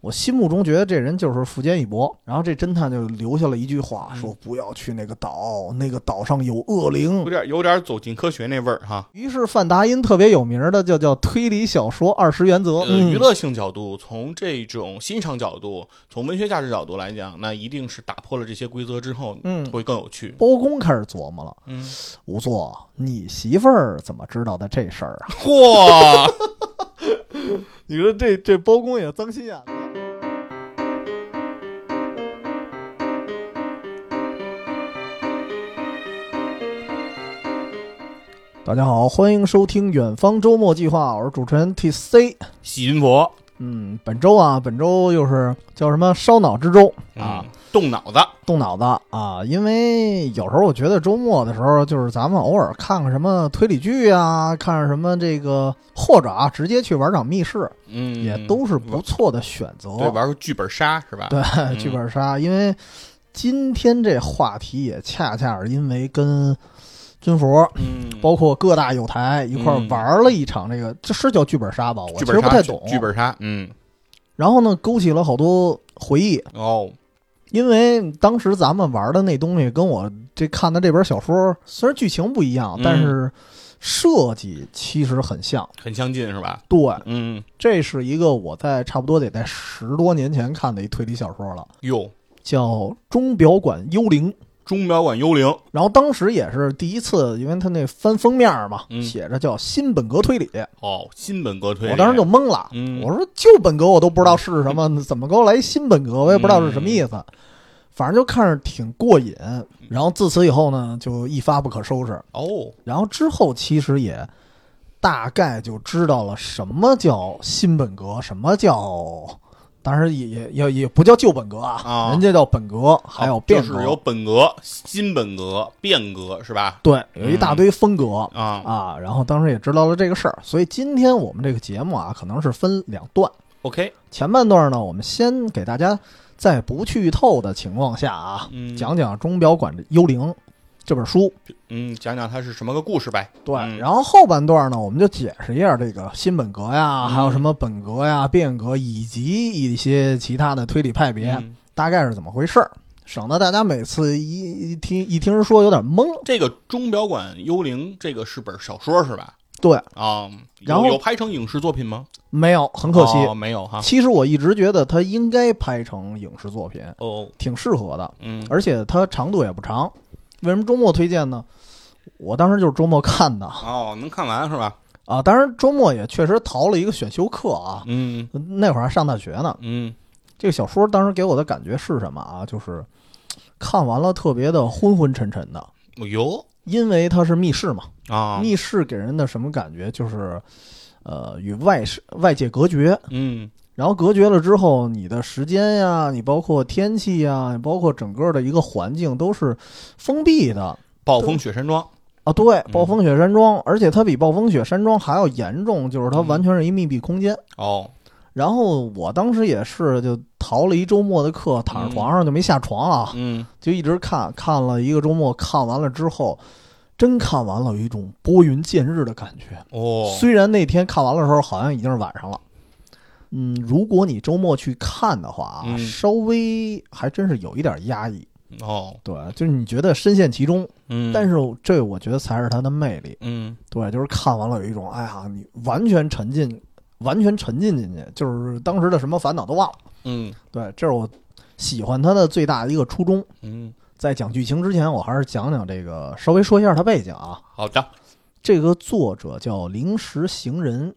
我心目中觉得这人就是富坚义博，然后这侦探就留下了一句嗯话，说不要去那个岛，那个岛上有恶灵有。点有点走进科学那味儿哈。于是范达因特别有名的就叫推理小说二十原则，呃，嗯娱乐性角度，从这种欣赏角度，从文学价值角度来讲，那一定是打破了这些规则之后，嗯会更有趣。包公开始琢磨了，嗯，仵作，你媳妇儿怎么知道的这事儿啊？ 嚯，你说这这包公也脏心眼子。大家好，欢迎收听《远方周末计划》，我是主持人 T C。喜云佛嗯，本周啊，本周又是叫什么烧脑之周啊啊，，动脑子，动脑子啊，因为有时候我觉得周末的时候，就是咱们偶尔看看什么推理剧啊，看看什么这个，或者啊，直接去玩场密室，嗯，也都是不错的选择。对，玩个剧本杀是吧？嗯对， 剧本杀，因为今天这话题也恰恰是因为跟军服，嗯，包括各大友台一块儿玩了一场这个，这是叫剧本杀吧？我剧其本实杀不太懂。剧本杀，嗯，然后呢，勾起了好多回忆，哦，因为当时咱们玩的那东西跟我这看的这本小说虽然剧情不一样嗯，但是设计其实很像。很相近是吧？对，嗯，这是一个我在差不多得在十多年前看的一推理小说了，哟，叫《钟表馆幽灵》。钟表馆幽灵，然后当时也是第一次，因为他那翻封面嘛，嗯写着叫新本格推理，哦，新本格推理，我当时就懵了，嗯我说旧本格我都不知道是什么， 怎么给我来新本格，我也不知道是嗯什么意思，反正就看着挺过瘾。然后自此以后呢，就一发不可收拾。哦，然后之后其实也大概就知道了什么叫新本格，什么叫。当然也也也也不叫旧本格啊，啊哦人家叫本格，还有变就革，是有本格、新本格、变革是吧？对，有一大堆风格，啊啊，然后当时也知道了这个事儿，所以今天我们这个节目啊，可能是分两段。 ，OK，前半段呢，我们先给大家在不剧透的情况下啊，嗯，讲讲《钟表馆的幽灵》这本书。嗯，讲讲它是什么个故事呗？对，嗯然后后半段呢，我们就解释一下这个新本格呀，嗯还有什么本格呀、变革，以及一些其他的推理派别，嗯大概是怎么回事儿，省得大家每次一一听一听人说有点懵。这个《钟表馆幽灵》这个是本小说是吧？对，啊，有然后有拍成影视作品吗？没有，很可惜。哦没有哈。其实我一直觉得它应该拍成影视作品，哦，挺适合的，嗯，而且它长度也不长。为什么周末推荐呢？我当时就是周末看的 哦，能看完是吧？啊，当然周末也确实逃了一个选修课啊。嗯那会儿还上大学呢。嗯，这个小说当时给我的感觉是什么啊？就是看完了特别的昏昏沉沉的，哦哟因为它是密室嘛。啊，密室给人的什么感觉？就是呃，与外世外界隔绝，嗯然后隔绝了之后，你的时间呀，你包括天气呀，你包括整个的一个环境都是封闭的暴风雪山庄，啊。对，暴风雪山庄，而且它比暴风雪山庄还要严重，就是它完全是一密闭空间。哦，然后我当时也是就逃了一周末的课，躺在床上就没下床啊，嗯，就一直看，看了一个周末，看完了之后。真看完了，有一种拨云见日的感觉。哦，虽然那天看完了时候好像已经是晚上了，嗯，如果你周末去看的话啊，嗯稍微还真是有一点压抑。哦，对，就是你觉得深陷其中，嗯，但是这我觉得才是它的魅力。嗯对，就是看完了有一种，哎呀，你完全沉浸，完全沉浸进去，就是当时的什么烦恼都忘了。嗯对，这是我喜欢它的最大的一个初衷。嗯，在讲剧情之前，我还是讲讲这个，稍微说一下它背景啊。好的，这个作者叫临时行人，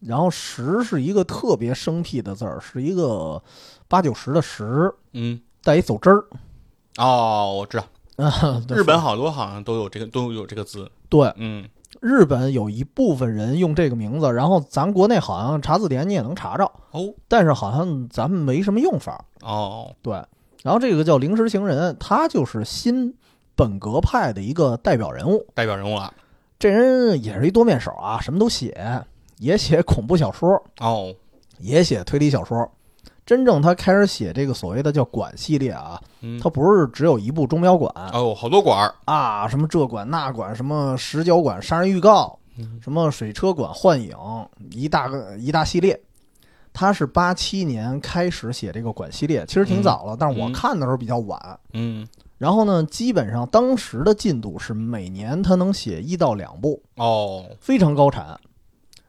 然后“时”是一个特别生僻的字儿，是一个八九十的“十嗯，”，带一走之儿。 哦，我知道，啊对日本好多好像都有这个都有这个字，对嗯，日本有一部分人用这个名字，然后咱国内好像查字典你也能查着，哦但是好像咱们没什么用法。哦，对，然后这个叫临时行人，他就是新本格派的一个代表人物。代表人物了，这人也是一多面手啊，什么都写，也写恐怖小说，哦，也写推理小说。真正他开始写这个所谓的叫馆系列啊，嗯，他不是只有一部《钟表馆》哦，好多馆儿，啊，什么这馆那馆，什么十角馆嗯杀人预告，什么水车馆幻影，一大个一大系列。他是八七年开始写这个管系列，其实挺早了，但是我嗯看的时候比较晚。嗯，然后呢，基本上当时的进度是每年他能写一到两部，哦，非常高产。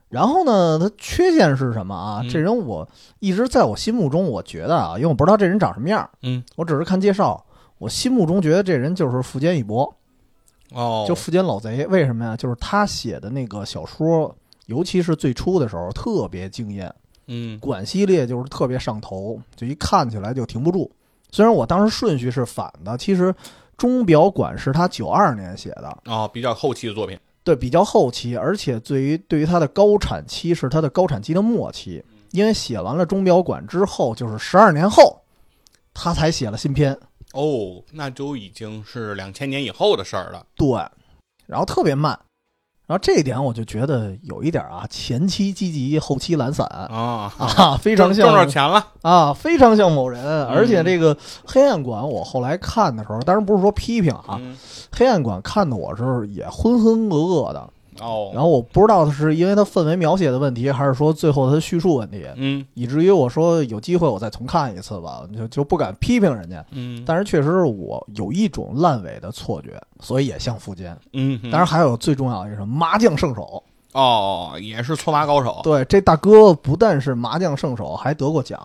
然后呢，他缺陷是什么啊？嗯这人我一直在我心目中，我觉得啊，因为我不知道这人长什么样，嗯，我只是看介绍，我心目中觉得这人就是富坚义博，哦，就富坚老贼。为什么呀？就是他写的那个小说，尤其是最初的时候特别惊艳，嗯管系列就是特别上头，就一看起来就停不住。虽然我当时顺序是反的，其实钟表馆是他九二年写的，哦，比较后期的作品，对，比较后期，而且对于对于它的高产期是它的高产期的末期，嗯因为写完了钟表馆之后，就是十二年后，他才写了新篇。哦，那就已经是两千年以后的事儿了。对，然后特别慢，然后这一点我就觉得有一点啊，前期积极，后期懒散啊， 啊，非挣常挣着像钱了，啊，非常像某人。嗯而且这个黑暗馆，我后来看的时候，当然不是说批评啊，嗯，黑暗馆看的我是也浑浑噩噩的，然哦，后我不知道是因为它氛围描写的问题，还是说最后它叙述问题，嗯以至于我说有机会我再重看一次吧，就就不敢批评人家。嗯，但是确实是我有一种烂尾的错觉，所以也像富坚。嗯，当然还有最重要的一个什么麻将圣手，哦，也是搓麻高手。对这大哥不但是麻将圣手，还得过奖。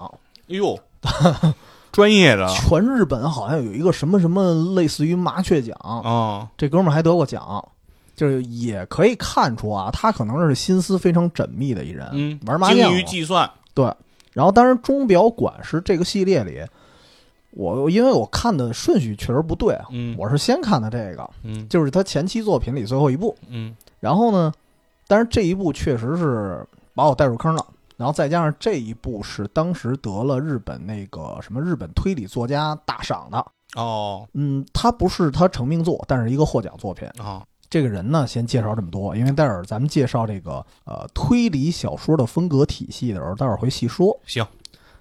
哎呦， 专业的全日本好像有一个什么什么类似于麻雀奖，啊，这哥们儿还得过奖。就是也可以看出啊，他可能是心思非常缜密的一人，嗯，玩麻将精嘛于计算，然后，当然，钟表馆是这个系列里，我因为我看的顺序确实不对，啊，嗯，我是先看的这个，嗯就是他前期作品里最后一部。嗯然后呢，但是这一部确实是把我带入坑了。然后再加上这一部是当时得了日本那个什么日本推理作家大赏的，哦嗯，他不是他成名作，但是一个获奖作品。啊，这个人呢，先介绍这么多，因为待会儿咱们介绍这个呃推理小说的风格体系的时候，待会儿会细说。行，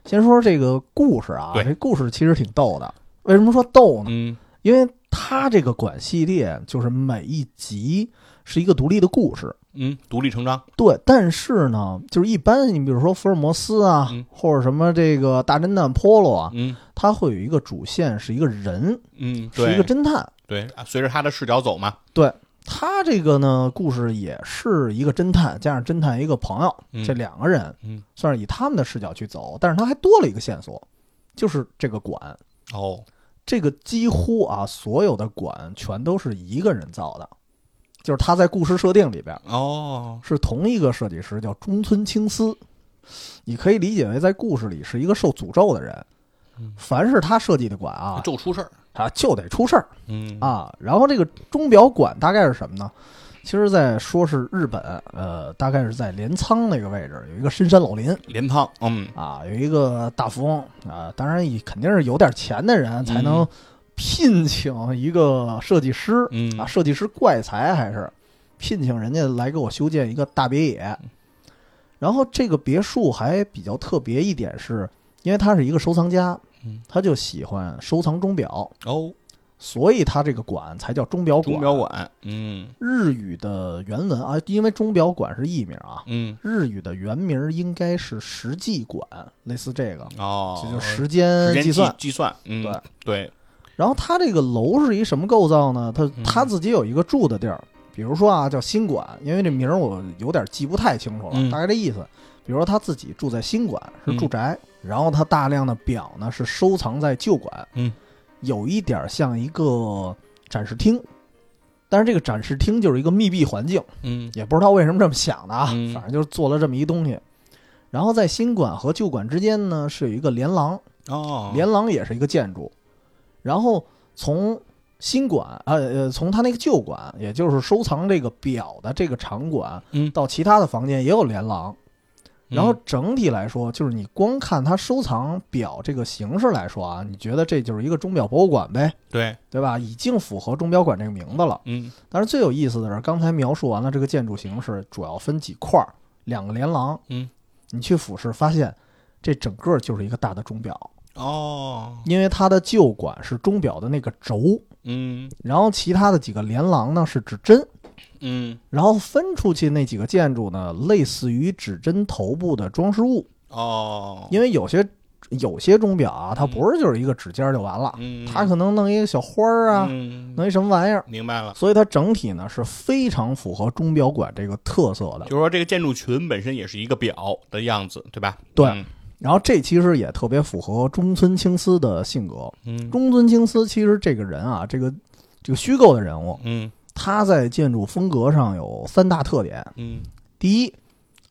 先说这个故事啊，对这故事其实挺逗的。为什么说逗呢？嗯因为它这个管系列就是每一集是一个独立的故事，嗯，独立成章，对。但是呢，就是一般你比如说福尔摩斯啊，嗯或者什么这个大侦探波罗啊，嗯它会有一个主线是一个人，嗯，是一个对侦探。对，啊随着他的视角走嘛，他这个呢，故事也是一个侦探加上侦探一个朋友，嗯这两个人嗯算是以他们的视角去走，但是他还多了一个线索，就是这个馆。哦，这个几乎啊，所有的馆全都是一个人造的，就是他在故事设定里边哦，是同一个设计师，叫中村青司。你可以理解为在故事里是一个受诅咒的人嗯，凡是他设计的馆啊，就出事儿，啊就得出事儿嗯，啊。然后这个钟表馆大概是什么呢？其实，在说是日本，呃，大概是在镰仓那个位置有一个深山老林镰仓，嗯啊，有一个大富翁啊，当然也肯定是有点钱的人才能嗯聘请一个设计师、嗯啊，设计师怪才还是聘请人家来给我修建一个大别野。嗯然后这个别墅还比较特别一点是，因为他是一个收藏家嗯，他就喜欢收藏钟表，哦，所以他这个馆才叫钟表馆。钟表馆，嗯日语的原文啊，因为钟表馆是译名啊，嗯，日语的原名应该是实际馆，类似这个。哦，这就时时间间计算。计算，嗯对对，然后它这个楼是一什么构造呢？它嗯它自己有一个住的地儿，比如说啊叫新馆，因为这名儿我有点记不太清楚了，嗯大概这意思。比如说他自己住在新馆是住宅，然后他大量的表呢是收藏在旧馆，嗯，有一点像一个展示厅。但是这个展示厅就是一个密闭环境，嗯也不知道为什么这么想的啊，嗯反正就是做了这么一东西。然后在新馆和旧馆之间呢，是有一个连廊，哦，连廊也是一个建筑，然后从新馆呃呃，从他那个旧馆，也就是收藏这个表的这个场馆，嗯到其他的房间也有连廊。嗯然后整体来说，就是你光看他收藏表这个形式来说啊，你觉得这就是一个钟表博物馆呗，对，对吧？已经符合钟表馆这个名字了。嗯但是最有意思的是，刚才描述完了这个建筑形式，主要分几块儿，两个连廊。嗯，你去俯视发现，这整个就是一个大的钟表。哦，因为它的旧馆是钟表的那个轴，嗯然后其他的几个连廊呢是指针，嗯然后分出去那几个建筑呢，类似于指针头部的装饰物，哦，因为有些有些钟表啊，它不是就是一个指尖儿就完了，嗯，它可能弄一个小花儿啊，嗯，弄一什么玩意儿，明白了，所以它整体呢是非常符合钟表馆这个特色的就。是说这个建筑群本身也是一个表的样子，对吧？对嗯然后这其实也特别符合中村青司的性格。嗯中村青司其实这个人啊，这个这个虚构的人物，嗯他在建筑风格上有三大特点。嗯第一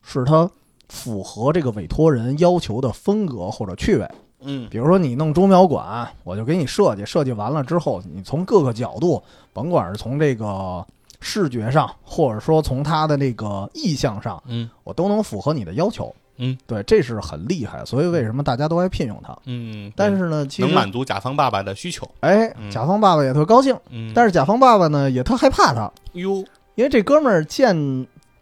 是他符合这个委托人要求的风格或者趣味，嗯比如说你弄钟表馆，我就给你设计，设计完了之后，你从各个角度，甭管是从这个视觉上，或者说从它的这个意象上，嗯我都能符合你的要求。嗯，对，这是很厉害，所以为什么大家都爱聘用他？嗯，但对是呢，其能实满足甲方爸爸的需求。哎，嗯甲方爸爸也特高兴，嗯，但是甲方爸爸呢也特害怕他，哟，因为这哥们儿建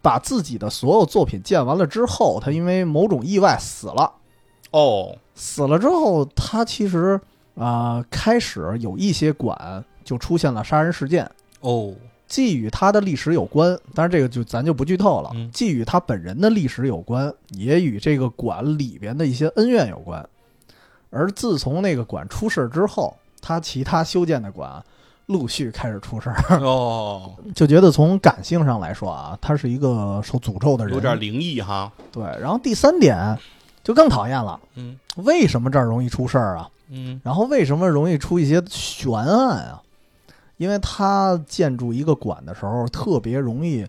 把自己的所有作品建完了之后，他因为某种意外死了。哦，死了之后，他其实啊、呃开始有一些馆就出现了杀人事件，哦，既与他的历史有关，但是这个就咱就不剧透了嗯，既与他本人的历史有关，也与这个馆里边的一些恩怨有关。而自从那个馆出事之后，他其他修建的馆陆续开始出事儿，哦，就觉得从感性上来说啊，他是一个受诅咒的人，有点灵异哈。对。然后第三点就更讨厌了，嗯为什么这儿容易出事儿啊？嗯然后为什么容易出一些悬案啊？因为他建筑一个馆的时候，特别容易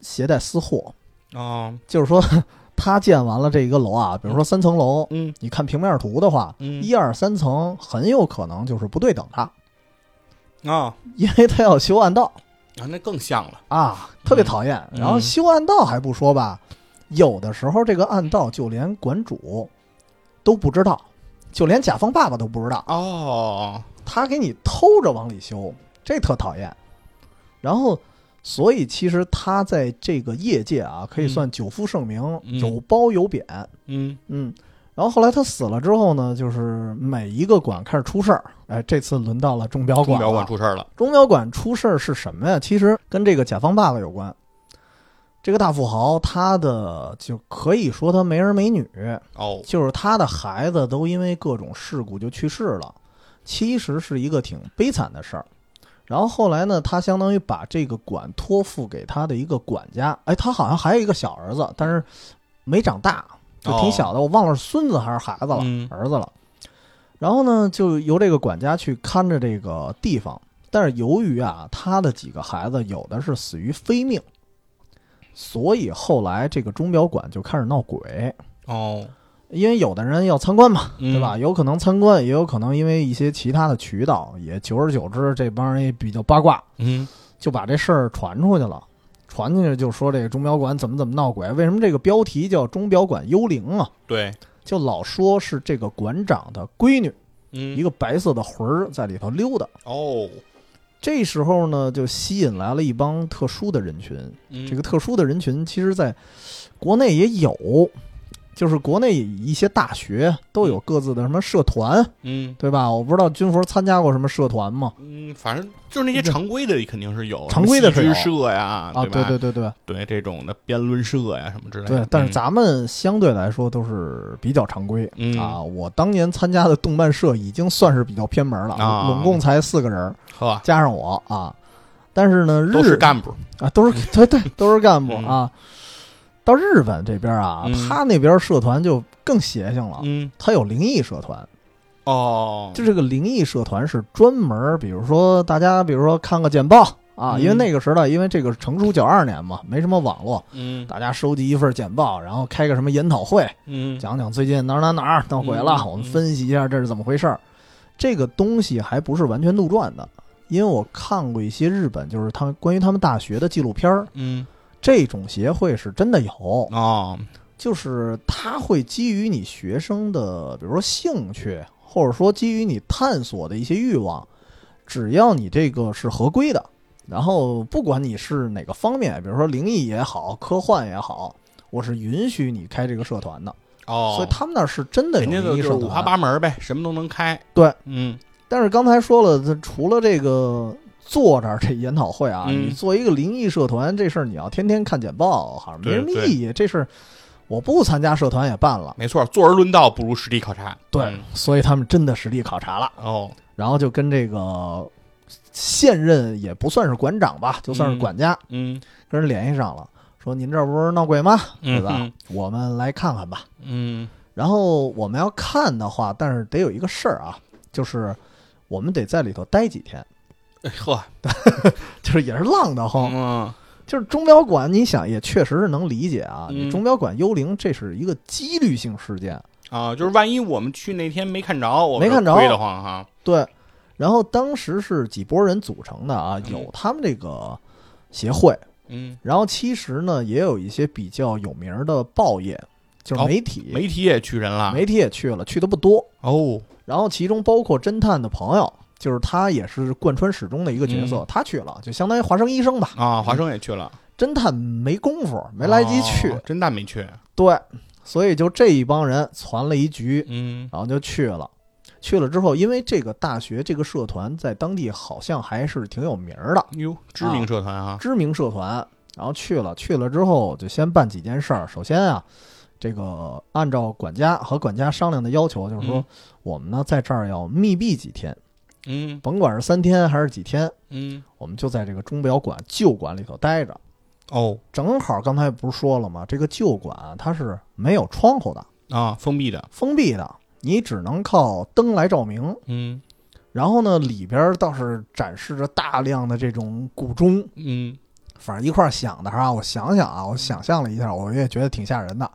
携带私货，哦，就是说 他建完了这一个楼啊，比如说三层楼，嗯你看平面图的话，嗯一二三层很有可能就是不对等的，啊因为他要修暗道啊，那更像了。啊，特别讨厌。嗯然后修暗道还不说吧，有的时候这个暗道就连馆主都不知道，就连甲方爸爸都不知道。哦，他给你偷着往里修，这特讨厌。然后，所以其实他在这个业界啊，可以算久负盛名，嗯有褒有贬。嗯嗯，然后后来他死了之后呢，就是每一个馆开始出事儿。哎，这次轮到了钟表钟馆了。表馆出事儿了。钟表馆出事儿是什么呀？其实跟这个甲方爸爸有关。这个大富豪，他的就可以说他没儿没女，哦，就是他的孩子都因为各种事故就去世了，其实是一个挺悲惨的事儿。然后后来呢，他相当于把这个馆托付给他的一个管家，哎，他好像还有一个小儿子，但是没长大，就挺小的，我忘了是孙子还是孩子了，嗯儿子了。然后呢，就由这个管家去看着这个地方。但是由于啊，他的几个孩子有的是死于非命，所以后来这个钟表馆就开始闹鬼。哦，因为有的人要参观嘛，嗯对吧？？有可能参观，也有可能因为一些其他的渠道，也久而久之，这帮人也比较八卦，嗯就把这事儿传出去了。传进去就说这个钟表馆怎么怎么闹鬼，为什么这个标题叫“钟表馆幽灵”啊？对，就老说是这个馆长的闺女，嗯一个白色的魂儿在里头溜达。哦，这时候呢，就吸引来了一帮特殊的人群。嗯这个特殊的人群，其实在国内也有，就是国内一些大学都有各自的什么社团，嗯对吧？我不知道军服参加过什么社团吗？嗯，反正就是那些常规的肯定是有，常规的是什么有戏剧社啊，呀，对吧？对对对对这种的辩论社呀什么之类的。对，但是嗯咱们相对来说都是比较常规嗯啊。我当年参加的动漫社已经算是比较偏门了，啊拢共才四个人儿，呵，加上我啊。但是呢，日都是干部。啊，都是对对，都是干部嗯啊。到日本这边啊嗯，他那边社团就更邪性了，嗯他有灵异社团。哦，就这个灵异社团是专门儿，比如说大家，比如说看个简报啊，嗯因为那个时代，因为这个成书九二年嘛，没什么网络，嗯大家收集一份简报，然后开个什么研讨会，嗯讲讲最近哪儿哪儿哪儿闹鬼了，嗯我们分析一下这是怎么回事儿。这个东西还不是完全杜撰的，因为我看过一些日本，就是他们关于他们大学的纪录片儿，嗯这种协会是真的有，哦就是它会基于你学生的，比如说兴趣，或者说基于你探索的一些欲望，只要你这个是合规的，然后不管你是哪个方面，比如说灵异也好，科幻也好，我是允许你开这个社团的。哦，所以他们那儿是真的有人家灵就异是社五花团。八门呗，什么都能开。对，嗯但是刚才说了，这除了这个坐这儿这研讨会啊，嗯你做一个灵异社团这事儿，你要天天看简报，好像没什么对对意义。这事儿我不参加社团也办了，没错，坐而论道不如实地考察。对，嗯所以他们真的实地考察了，哦，然后就跟这个现任也不算是馆长吧，就算是管家，嗯跟人联系上了，说您这不是闹鬼吗？对嗯吧？嗯我们来看看吧。嗯然后我们要看的话，但是得有一个事儿啊，就是我们得在里头待几天，哎呵，就是也是浪得慌。嗯就是钟表馆，你想也确实是能理解啊。嗯你钟表馆幽灵这是一个几率性事件，啊，就是万一我们去那天没看着，我们没看着亏得慌哈。对。然后当时是几拨人组成的啊，嗯有他们这个协会，嗯，然后其实呢也有一些比较有名儿的报业，就是哦啊媒体，媒体也去人了。媒体也去了，去的不多。哦，然后其中包括侦探的朋友，就是他也是贯穿始终的一个角色，嗯他去了，就相当于华生医生吧。啊，华生也去了，侦探没工夫，没来及去，哦，真大没去。对，所以就这一帮人攒了一局，嗯然后就去了。去了之后，因为这个大学这个社团在当地好像还是挺有名儿的，哟，知名社团啊，知名社团。然后去了，去了之后就先办几件事儿。首先啊，这个按照管家和管家商量的要求，就是说、嗯我们呢在这儿要密闭几天，嗯甭管是三天还是几天，嗯，我们就在这个钟表馆旧馆里头待着。哦正好刚才不是说了吗？这个旧馆啊它是没有窗户的，啊，封闭的，封闭的，你只能靠灯来照明。嗯然后呢，里边倒是展示着大量的这种古钟，嗯反正一块儿想的啊，我想想啊，我想象了一下，我也觉得挺吓人的。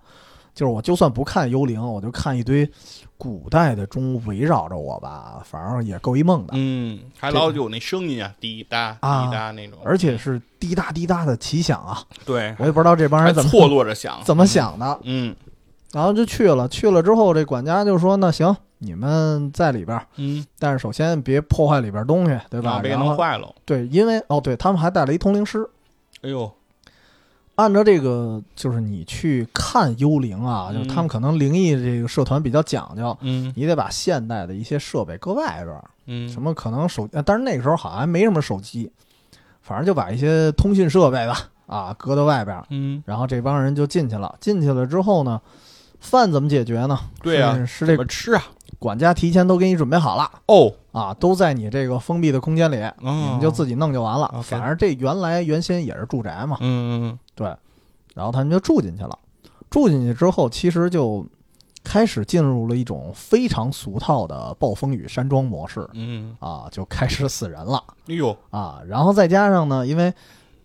就是我就算不看幽灵，我就看一堆古代的钟围绕着我吧，反正也够一梦的，嗯，还这老有那声音啊，滴答啊滴答那种，而且是滴答滴答的奇响啊！对，我也不知道这帮哎还人怎么错落着想， 怎么想的，嗯？然后就去了。去了之后，这管家就说：“那行，你们在里边儿，嗯嗯，但是首先别破坏里边儿东西，对对吧？”啊别给然弄后坏了。对，因为哦，对他们还带了一通灵师。哎呦，按照这个，就是你去看幽灵啊，嗯就是他们可能灵异这个社团比较讲究，嗯你得把现代的一些设备搁外边儿，嗯，什么可能手，呃但是那个时候好像还没什么手机，反正就把一些通讯设备吧啊搁到外边儿，嗯，然后这帮人就进去了。进去了之后呢，饭怎么解决呢？对啊是是怎这么吃啊？管家提前都给你准备好了哦，啊，都在你这个封闭的空间里，你你们就自己弄就完了。嗯 OK 反正这原来原先也是住宅嘛，嗯对，然后他们就住进去了。住进去之后，其实就开始进入了一种非常俗套的暴风雨山庄模式嗯，啊，就开始死人了哎呦，啊。然后再加上呢，因为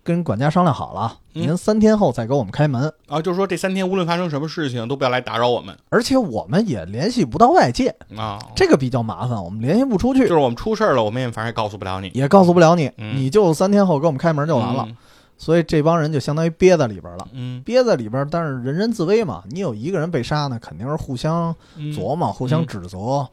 跟管家商量好了，嗯您三天后再给我们开门，啊，就是说这三天无论发生什么事情都不要来打扰我们而且我们也联系不到外界，啊，这个比较麻烦，我们联系不出去就，是我们出事儿了，我们也反正也告诉不了你，也告诉不了你，嗯你就三天后给我们开门就完了。所以这帮人就相当于憋在里边了，嗯。憋在里边，但是人人自危嘛。你有一个人被杀呢，肯定是互相嗯，琢磨、互相指责。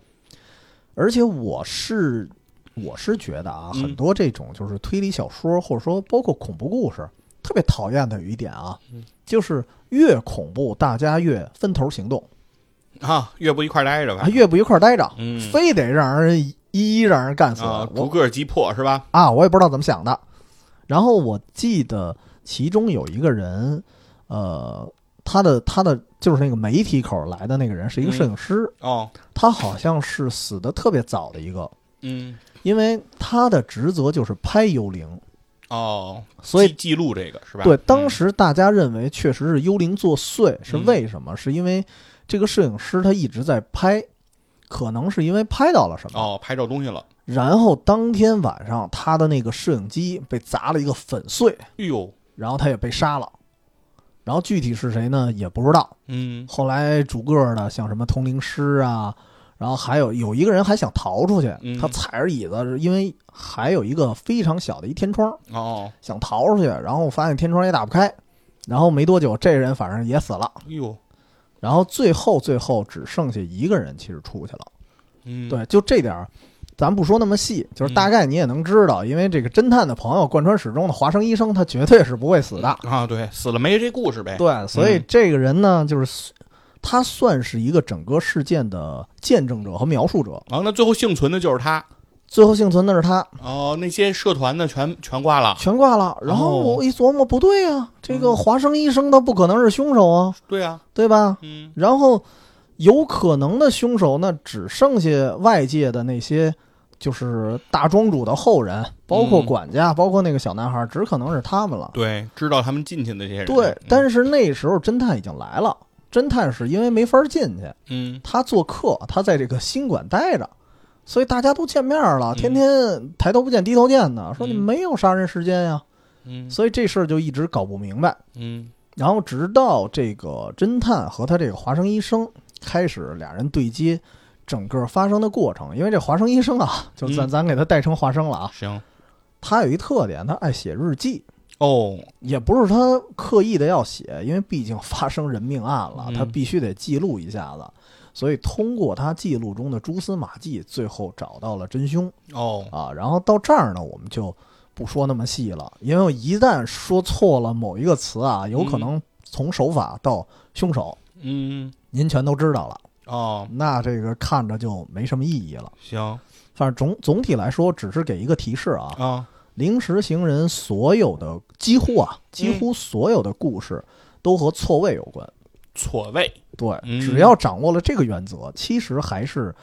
而且我是我是觉得啊，嗯很多这种就是推理小说，或者说包括恐怖故事，特别讨厌的有一点啊嗯，就是越恐怖，大家越分头行动，啊，越不一块儿待着吧啊，，越不一块儿待着，嗯非得让人一一让人干死。啊，我逐个击破是吧？啊，我也不知道怎么想的。然后我记得其中有一个人，呃，他的他的就是那个媒体口来的那个人是一嗯个摄影师，哦，他好像是死的特别早的一个，嗯，因为他的职责就是拍幽灵，哦，所以记记录这个是吧？对当嗯时大家认为确实是幽灵作祟，是嗯为什么？是因为这个摄影师他一直在拍。可能是因为拍到了什么，哦，拍照东西了，然后当天晚上他的那个摄影机被砸了一个粉碎，哎呦，然后他也被杀了。然后具体是谁呢？也不知道。嗯，后来逐个的，像什么通灵师啊，然后还有有一个人还想逃出去嗯，他踩着椅子，因为还有一个非常小的一天窗，哦，想逃出去，然后发现天窗也打不开，然后没多久这人反正也死了。哎呦，然后最后最后只剩下一个人，其实出去了。嗯，，对，就这点儿，咱不说那么细，就是大概你也能知道，因为这个侦探的朋友贯穿始终的华生医生，他绝对是不会死的。啊，对，死了没这故事呗？，对，所嗯以这个人呢，就是他算是一个整个事件的见证者和描述者。啊然后那最后幸存的就是他，最后幸存的是他，哦，那些社团的全全挂了。全挂了。然后哦我一琢磨，不对呀、这个嗯华生医生他不可能是凶手啊，对啊，对吧？嗯，然后有可能的凶手那只剩下外界的那些，就是大庄主的后人，包括嗯管家，包括那个小男孩，只可能是他们了。对，知道他们进去的这些人。对嗯，但是那时候侦探已经来了，侦探是因为没法进去，嗯他做客，他在这个新馆待着，所以大家都见面了，嗯天天抬头不见低头见的，说嗯你没有杀人时间呀，嗯所以这事儿就一直搞不明白。嗯然后直到这个侦探和他这个华生医生开始俩人对接整个发生的过程，因为这华生医生啊，就咱、嗯咱给他代称华生了啊，行他有一特点，他爱写日记。哦，也不是他刻意的要写，因为毕竟发生人命案了，嗯他必须得记录一下子。所以通过他记录中的蛛丝马迹，最后找到了真凶哦，啊。然后到这儿呢，我们就不说那么细了，因为我一旦说错了某一个词啊，有可能从手法到凶手，嗯您全都知道了，哦，那这个看着就没什么意义了。行反正总总体来说，只是给一个提示啊。啊，临时行人所有的几乎啊，几嗯乎所有的故事都和错位有关。错位，对，嗯只要掌握了这个原则，其实还是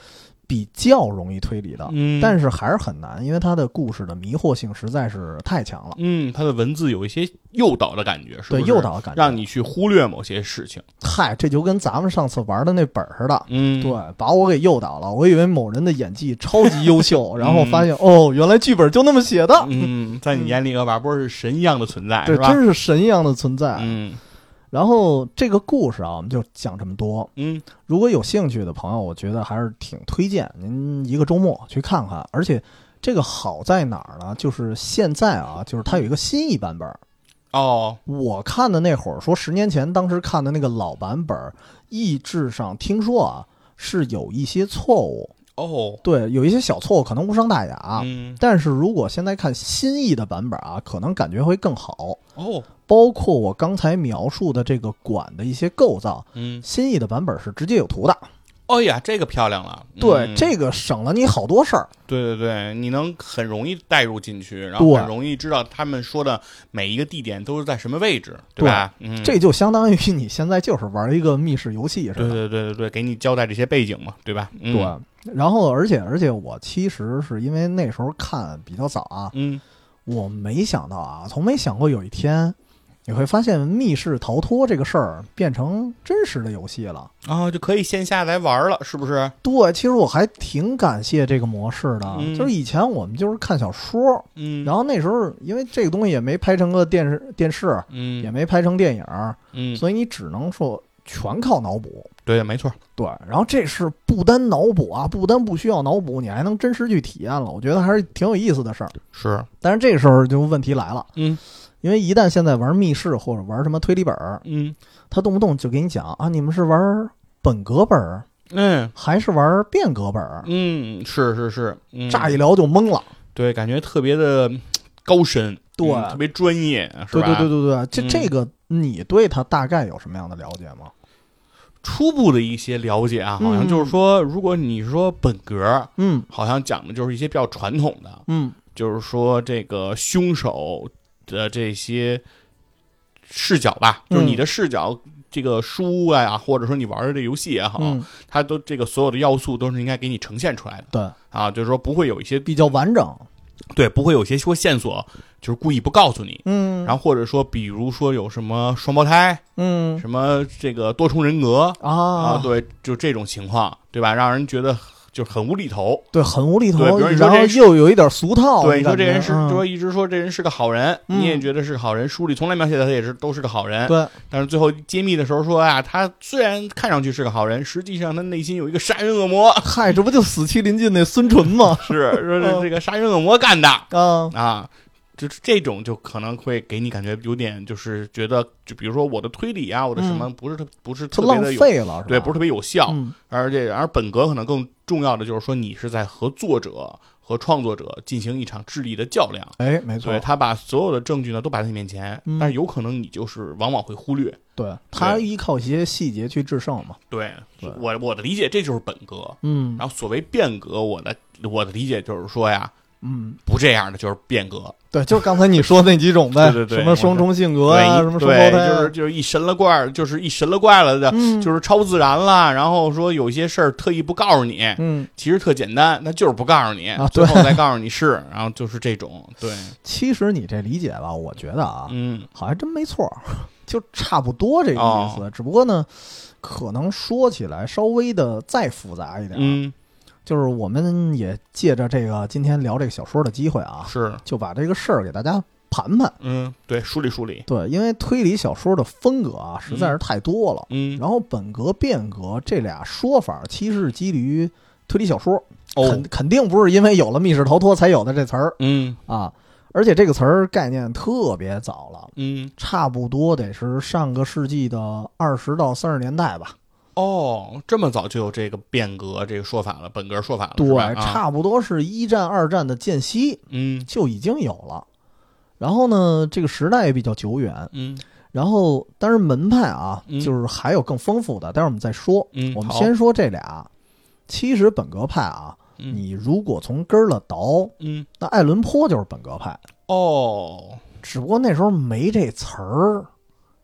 比较容易推理的，嗯，啊但是是还是很难，因为它的故事的迷惑性实在是太强了，嗯，他的文字有一些诱导的感觉，是不对是诱导的感觉。让你去忽略某些事情。嗨，这就跟咱们上次玩的那本儿似的。嗯，对，把我给诱导了。我以为某人的演技超级优 秀，然后发现哦，原来剧本就那么写的。嗯，在你眼里，恶霸波是神一样的存在，对，是吧？真是神一样的存在。嗯然后这个故事啊，我们就讲这么多。嗯如果有兴趣的朋友，我觉得还是挺推荐您一个周末去看看。而且这个好在哪儿呢？就是现在啊，就是它有一个新一版本儿。哦，我看的那会儿说，十年前当时看的那个老版本儿，译制上听说啊是有一些错误，哦，对，有一些小错误，可能无伤大雅。嗯，但是如果现在看新译的版本啊，可能感觉会更好。哦，包括我刚才描述的这个馆的一些构造，嗯，新译的版本是直接有图的。哦呀，这个漂亮了。对，嗯这个省了你好多事儿。对对对，你能很容易带入进去，然后对很容易知道他们说的每一个地点都是在什么位置，吧？嗯，这就相当于你现在就是玩一个密室游戏似对的。对对对对，给你交代这些背景嘛，对吧？嗯，对，然后而且而且我其实是因为那时候看比较早啊，嗯我没想到啊，从没想过有一天你会发现密室逃脱这个事儿变成真实的游戏了。啊，就可以线下来玩了，是不是？对，其实我还挺感谢这个模式的，嗯就是以前我们就是看小说，嗯，然后那时候因为这个东西也没拍成个电视电视，也嗯没拍成电影，嗯，所以你只能说全靠脑补。对，没错，对，然后这是不单脑补啊，不单不需要脑补，你还能真实去体验了，我觉得还是挺有意思的事儿。是，但是这时候就问题来了，嗯因为一旦现在玩密室或者玩什么推理本儿，嗯他动不动就给你讲啊，你们是玩本格本儿嗯还是玩变革本儿，嗯，是是是，嗯乍一聊就懵了。对，感觉特别的高深，对嗯特别专业，是对吧？对对对对，这嗯这个你对他大概有什么样的了解吗？初步的一些了解啊，好像就是说，如果你说本格，嗯好像讲的就是一些比较传统的，嗯，就是说这个凶手的这些视角吧，就是嗯你的视角。这个书啊，或者说你玩的这游戏也好，嗯，它都这个所有的要素都是应该给你呈现出来的对，啊，就是说不会有一些比较完整。对，不会有一些说线索就是故意不告诉你，嗯，然后或者说比如说有什么双胞胎，嗯什么这个多重人格啊，啊，对，就这种情况，对吧？让人觉得就是很无厘头。对，很无厘头对比如，你说然后这是又有一点俗套。对，你你说感这觉人是嗯说一直说这人是个好人，嗯你也觉得是个好人，书里从来描写的他也是都是个好人，对，但是最后揭秘的时候说啊，他虽然看上去是个好人，实际上他内心有一个杀人恶魔，嗨，这不就死期临近那孙淳吗？ 是说是这个杀人恶魔干的啊，嗯啊。就是这种，就可能会给你感觉有点，就是觉得，就比如说我的推理啊，我的什么不是特不是特就别嗯浪的有，费了，是吧对，不是特别有效，嗯而这而本格可能更重要的就是说，你是在和作者和创作者进行一场智力的较量。哎，没错对，他把所有的证据呢都摆在你面前，嗯但是有可能你就是往往会忽略。对，他依靠一些细节去制胜嘛。对对我我的理解，这就是本格。嗯然后所谓变革，我的我的理解就是说呀，嗯，不这样的就是变革，对，就刚才你说那几种呗，对对对什么双重性格啊，对什么双胞对，胎啊、就是就是一神了怪儿，就是一神了怪了的，嗯，就是超自然啦。然后说有些事儿特意不告诉你，嗯，其实特简单，那就是不告诉你，啊最对后再告诉你是，然后就是这种，对，其实你这理解吧，我觉得啊，嗯好像真没错儿，就差不多这个意思。哦只不过呢，可能说起来稍微的再复杂一点，、嗯，就是我们也借着这个今天聊这个小说的机会啊，是，就把这个事儿给大家盘盘。嗯，对，梳理梳理，对，因为推理小说的风格啊实在是太多了，嗯，然后本格、变革这俩说法其实是基于推理小说，肯哦，肯定不是因为有了密室逃脱才有的这词儿嗯啊，而且这个词儿概念特别早了。嗯，差不多得是上个世纪的二十到三十年代吧。哦，这么早就有这个变革这个说法了，本格说法了，是对吧，啊差不多是一战、二战的间隙嗯就已经有了。然后呢，这个时代也比较久远。嗯然后，但是门派啊，嗯就是还有更丰富的，待会儿我们再说。嗯，我们好先说这俩。啊其实本格派啊，嗯你如果从根儿了倒，嗯那爱伦坡就是本格派，哦，只不过那时候没这词儿。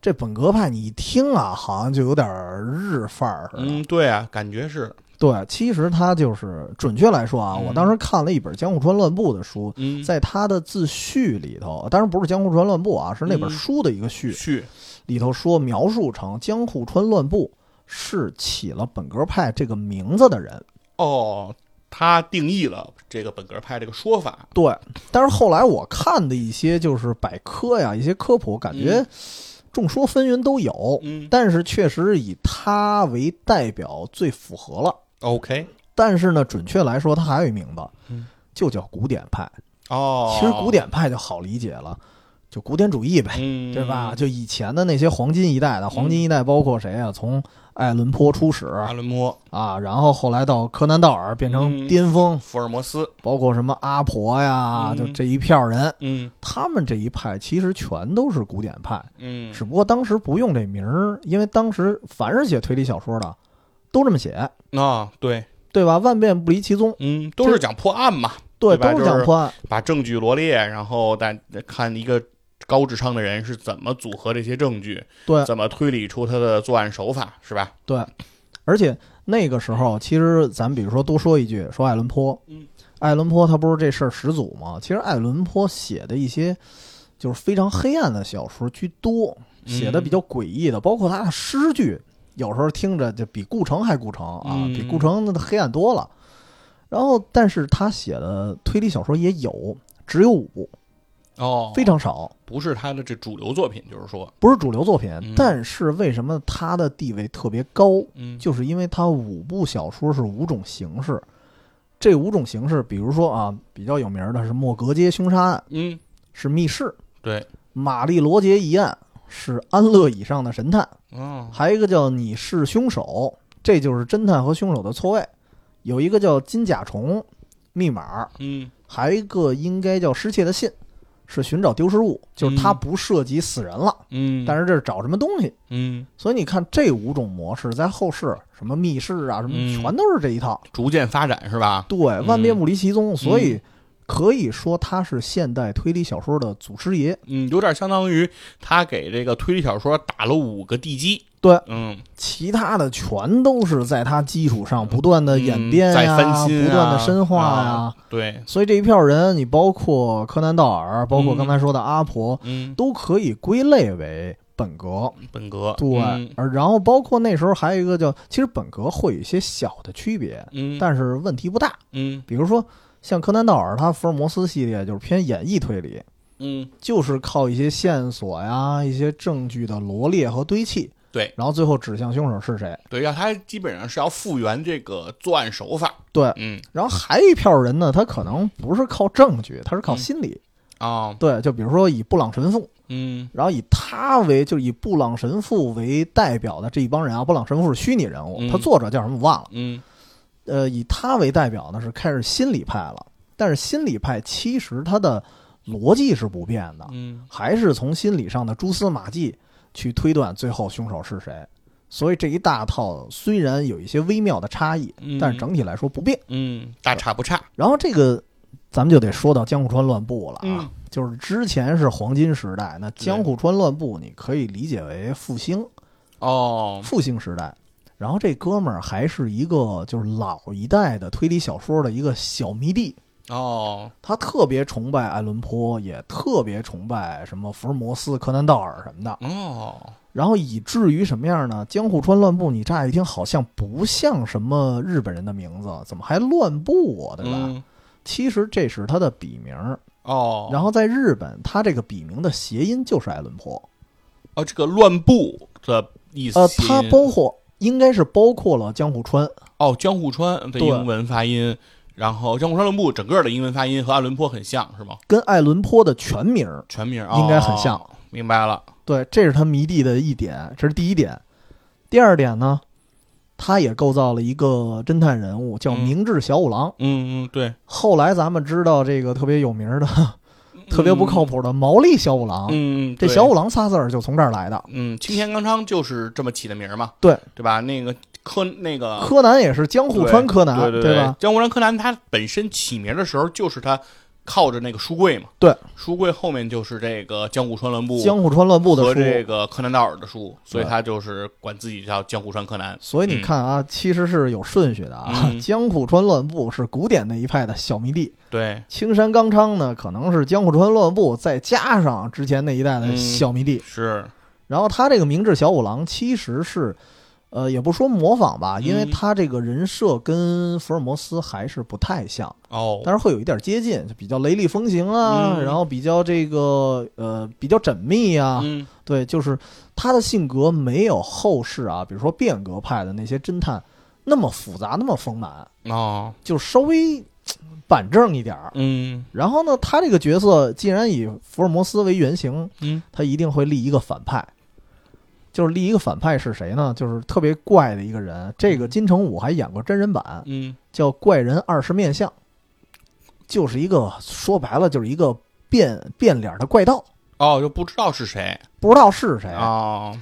这本格派你一听啊，好像就有点儿日范儿似的。嗯，对啊，感觉是，对，其实他就是准确来说啊，嗯我当时看了一本江户川乱步的书，嗯，在他的自序里头，当然不是江户川乱步啊，是那本嗯书的一个序去，里头说描述成江户川乱步是起了本格派这个名字的人。哦，他定义了这个本格派这个说法，对，但是后来我看的一些就是百科呀，一些科普，感觉嗯众说纷纭都有，嗯但是确实以他为代表最符合了。 ，OK，但是呢，准确来说，他还有一名字嗯，就叫古典派。哦，其实古，典派就好理解了，就古典主义呗，嗯，对吧？？就以前的那些黄金一代的，黄金一代包括谁啊？从爱伦坡出始阿伦坡、啊，然后后来到柯南道尔变成嗯巅峰，福尔摩斯，包括什么阿婆呀，嗯就这一票人，嗯他们这一派其实全都是古典派，嗯，只不过当时不用这名儿，因为当时凡是写推理小说的都这么写，啊，对，对吧？万变不离其宗，嗯，都是讲破案嘛，对，对吧都是就是讲破案。把证据罗列，然后大看一个高智商的人是怎么组合这些证据，对怎么推理出他的作案手法，是吧？而且那个时候，其实咱比如说多说一句，说爱伦坡，嗯，爱伦坡他不是这事儿始祖吗？其实爱伦坡写的一些就是非常黑暗的小说居多，嗯写的比较诡异的，包括他的诗句，有时候听着就比顾城还顾城啊，嗯比顾城那黑暗多了。然后，但是他写的推理小说也有，只有五，哦非常少，不是他的这主流作品，就是说，不是主流作品。嗯但是为什么他的地位特别高？嗯，就是因为它五部小说是五种形式，这五种形式，比如说啊，比较有名的是莫格街凶杀案嗯，是密室，对，玛丽罗杰一案是安乐椅上的神探，哦，还有一个叫你是凶手，这就是侦探和凶手的错位，有一个叫金甲虫密码，嗯还有一个应该叫失窃的信，是寻找丢失物，就是它不涉及死人了，嗯，但是，是这是找什么东西。嗯，所以你看这五种模式在后世什么密室啊，什么嗯全都是这一套。逐渐发展是吧？对，万变不离其嗯宗，所以可以说他是现代推理小说的祖师爷。嗯，有点相当于他给这个推理小说打了五个地基。对，嗯，其他的全都是在他基础上不断的呃演变呀、嗯再翻新啊不断的深化呀、啊对，所以这一票人，你包括柯南道尔，包括嗯刚才说的阿婆，嗯，都可以归类为本格。本格，对，嗯而然后包括那时候还有一个叫，其实本格会有一些小的区别，嗯，但是问题不大。嗯比如说像柯南道尔，他福尔摩斯系列就是偏演绎推理，嗯，就是靠一些线索呀、一些证据的罗列和堆砌，对，然后最后指向凶手是谁。对，要他基本上是要复原这个作案手法。对，嗯然后还有一票人呢，他可能不是靠证据，他是嗯靠心理。啊，对，就比如说以布朗神父，嗯然后以他为就是以布朗神父为代表的这一帮人啊，布朗神父是虚拟人物，嗯他作者叫什么我忘了。嗯呃，以他为代表呢是开始心理派了，但是心理派其实它的逻辑是不变的，嗯还是从心理上的蛛丝马迹去推断最后凶手是谁。所以这一大套虽然有一些微妙的差异，嗯但是整体来说不变。嗯，大差不差，然后这个咱们就得说到江户川乱步了啊，嗯就是之前是黄金时代，那江户川乱步你可以理解为复兴哦，复兴时代。然后这哥们儿还是一个就是老一代的推理小说的一个小迷弟，哦，他特别崇拜爱伦坡，也特别崇拜什么福尔摩斯、柯南道尔什么的。哦，然后以至于什么样呢？江户川乱步，你乍一听好像不像什么日本人的名字，怎么还乱步啊？对吧？嗯，其实这是他的笔名儿。哦，然后在日本，他这个笔名的谐音就是爱伦坡。哦，这个乱步的意思，呃，他包括应该是包括了江户川。哦，江户川的对英文发音，然后江户川乱步整个的英文发音和爱伦坡很像是吗？跟爱伦坡的全名儿，全名应该很像哦明白了，对，这是他迷弟的一点，这是第一点。第二点呢，他也构造了一个侦探人物，叫嗯明智小五郎。嗯嗯，对，后来咱们知道这个特别有名的、特别不靠谱的毛利小五郎，嗯嗯，嗯，这对小五郎仨字儿就从这儿来的。嗯，青田刚昌就是这么起的名儿嘛，对对吧？那个柯那个柯南也是江户川柯南，对对吧？？江湖人柯南他本身起名的时候就是他靠着那个书柜嘛，对，书柜后面就是这个江户川乱步江户川乱步的和书。这个柯南道尔的书，所对以他就是管自己叫江户川柯南。所以你看啊，其实是有顺序的啊。嗯江户川乱步是古典那一派的小迷弟，对，青山刚昌呢可能是江户川乱步，再加上之前那一代的小迷弟。是，然后他这个明智小五郎其实是，呃，也不说模仿吧，因为嗯他这个人设跟福尔摩斯还是不太像。哦，但是会有一点接近，就比较雷厉风行啊，嗯然后比较这个呃比较缜密啊，嗯，对，就是他的性格没有后世啊，比如说变革派的那些侦探那么复杂那么丰满，哦，就稍微嘖板正一点儿。嗯然后呢，他这个角色既然以福尔摩斯为原型，嗯，他一定会立一个反派。就是立一个反派是谁呢？就是特别怪的一个人。这个金城武还演过真人版，嗯，叫《怪人二十面相》，就是一个说白了就是一个变变脸的怪盗，哦，就不知道是谁不知道是谁。啊哦，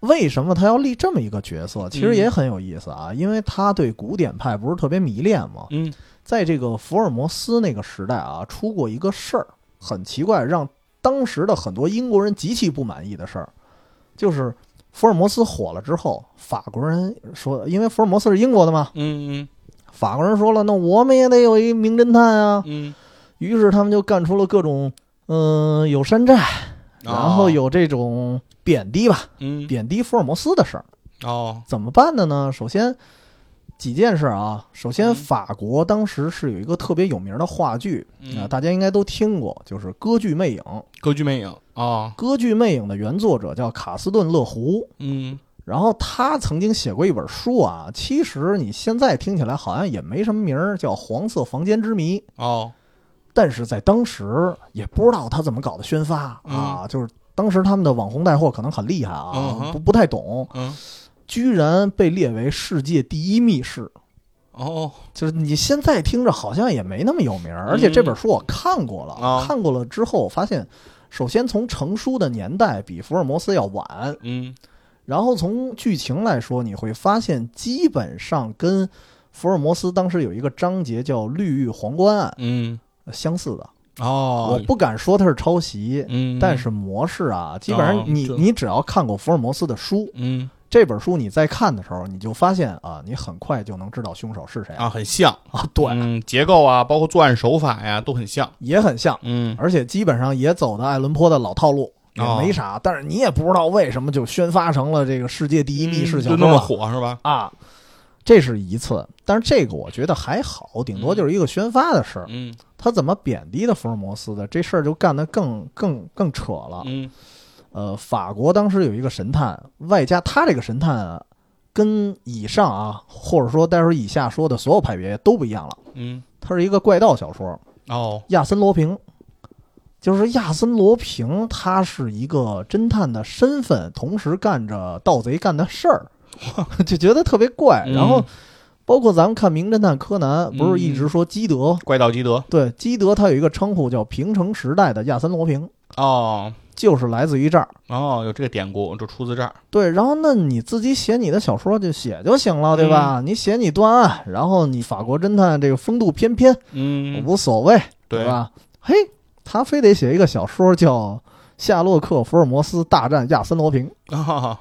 为什么他要立这么一个角色？其实也很有意思啊，因为他对古典派不是特别迷恋嘛。嗯，在这个福尔摩斯那个时代啊，出过一个事儿，很奇怪，让当时的很多英国人极其不满意的事儿，就是福尔摩斯火了之后，法国人说，因为福尔摩斯是英国的嘛，嗯法国人说了，那我们也得有一名侦探啊，嗯于是他们就干出了各种，嗯、有山寨，嗯，然后有这种贬低吧，嗯贬低福尔摩斯的事儿，哦，怎么办的呢？首先几件事啊，首先嗯法国当时是有一个特别有名的话剧嗯啊，大家应该都听过，就是《歌剧魅影》。《歌剧魅影哦，歌剧魅影》的原作者叫卡斯顿·勒胡。嗯然后他曾经写过一本书啊，其实你现在听起来好像也没什么名儿，叫《黄色房间之谜》。哦，但是在当时也不知道他怎么搞的宣发啊，就是当时他们的网红带货可能很厉害啊嗯，哼不不太懂，嗯居然被列为世界第一密室。哦，就是你现在听着好像也没那么有名儿，而且这本书我看过了，嗯啊看过了之后发现，首先从成书的年代比福尔摩斯要晚，嗯然后从剧情来说，你会发现基本上跟福尔摩斯当时有一个章节叫绿玉皇冠案嗯相似的。哦我，不敢说它是抄袭，嗯，哦但是模式啊，基本上你这你只要看过福尔摩斯的书，嗯这本书你再看的时候，你就发现啊，你很快就能知道凶手是谁啊，很像，啊，对，嗯，结构啊，包括作案手法呀，都很像，也很像，嗯而且基本上也走的爱伦坡的老套路，也哦没啥。但是你也不知道为什么就宣发成了这个世界第一密室嗯小就那说么了火是吧？啊，这是一次。但是这个我觉得还好，顶多嗯就是一个宣发的事儿。嗯他怎么贬低的福尔摩斯的这事儿就干得更更更扯了。嗯呃，法国当时有一个神探，外加他这个神探啊跟以上啊，或者说待会儿以下说的所有派别都不一样了。嗯它是一个怪盗小说，哦，亚森罗平。就是亚森罗平，他是一个侦探的身份，同时干着盗贼干的事儿， 就觉得特别怪。然后嗯，包括咱们看《名侦探柯南》，不是一直说基德？怪盗基德对，基德他有一个称呼叫“平成时代的亚森罗平”。哦就是来自于这儿。哦，有这个典故，就出自这儿。对，然后那你自己写你的小说就写就行了，对吧？你写你断案，然后你法国侦探这个风度翩翩，嗯，无所谓，对？对吧？嘿，他非得写一个小说叫《夏洛克·福尔摩斯大战亚森罗平哦，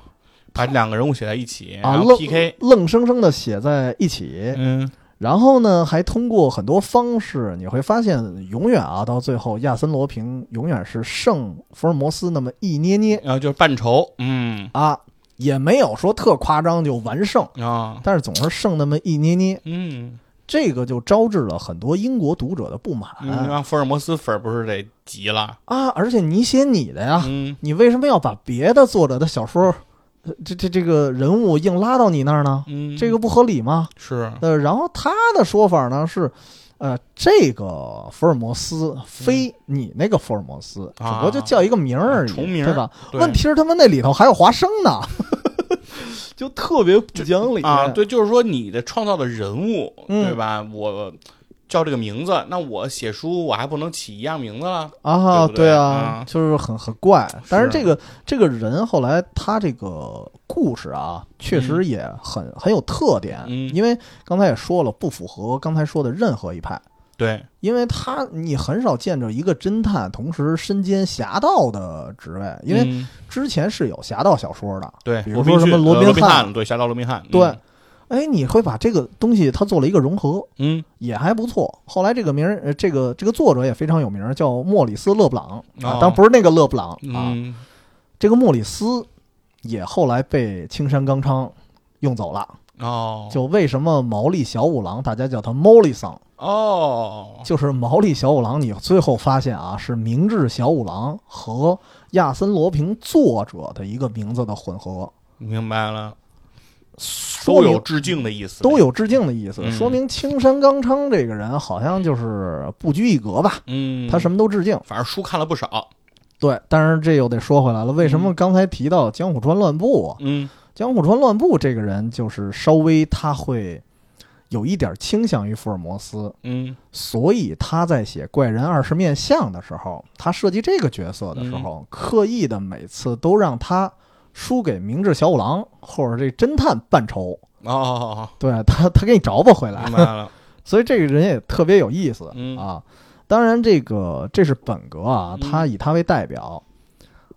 把两个人物写在一起，啊呃然后愣 PK。》，愣生生的写在一起。嗯，然后呢，还通过很多方式，你会发现，永远啊，到最后，亚森罗平永远是胜福尔摩斯那么一捏捏然后就是扮丑。嗯啊，也没有说特夸张就完胜，啊，但是总是胜那么一捏捏。嗯，这个就招致了很多英国读者的不满、嗯让福尔摩斯粉儿不是得急了？啊！而且你写你的呀，嗯你为什么要把别的作者的小说，呃这这这个人物硬拉到你那儿呢？嗯，这个不合理吗？是呃，然后他的说法呢是，呃，这个福尔摩斯非你那个福尔摩斯，啊只不过就叫一个名儿而已，重名儿对吧？对问题是他们那里头还有华生呢， 就特别不讲理啊，对，就是说你的创造的人物，嗯对吧？我叫这个名字，那我写书我还不能起一样名字了？啊，对不对啊啊，就是很很怪。但是是啊这个这个人后来他这个故事啊，确实也很、很有特点，嗯因为刚才也说了，不符合刚才说的任何一派。对，因为他，你很少见着一个侦探同时身兼侠盗的职位，因为嗯之前是有侠盗小说的。对，比如说什么罗罗宾宾逊呃汉宾汉，对，侠盗罗宾汉，嗯对，哎，你会把这个东西他做了一个融合，嗯，也还不错。后来这个名儿，呃，这个这个作者也非常有名儿，叫莫里斯·勒布朗啊哦，当然不是那个勒布朗嗯啊，嗯，这个莫里斯也后来被青山刚昌用走了。哦，就为什么毛利小五郎大家叫他毛利桑，哦，就是毛利小五郎，你最后发现啊，是明治小五郎和亚森罗平作者的一个名字的混合，明白了，说都有明致敬的意思，都，有致敬的意思，嗯说明青山刚昌这个人好像就是不拘一格吧，嗯，他什么都致敬。反正书看了不少，对，但是这又得说回来了，为什么刚才提到江户川乱步啊？嗯江户川乱步这个人，就是稍微他会有一点倾向于福尔摩斯，嗯所以他在写《怪人二十面相》的时候，他设计这个角色的时候，刻意的每次都让他输给明智小五郎或者这侦探扮丑，哦，对他，他给你找不回来 明，白了，所以这个人也特别有意思、嗯啊。当然，这个这是本格啊，嗯他以他为代表。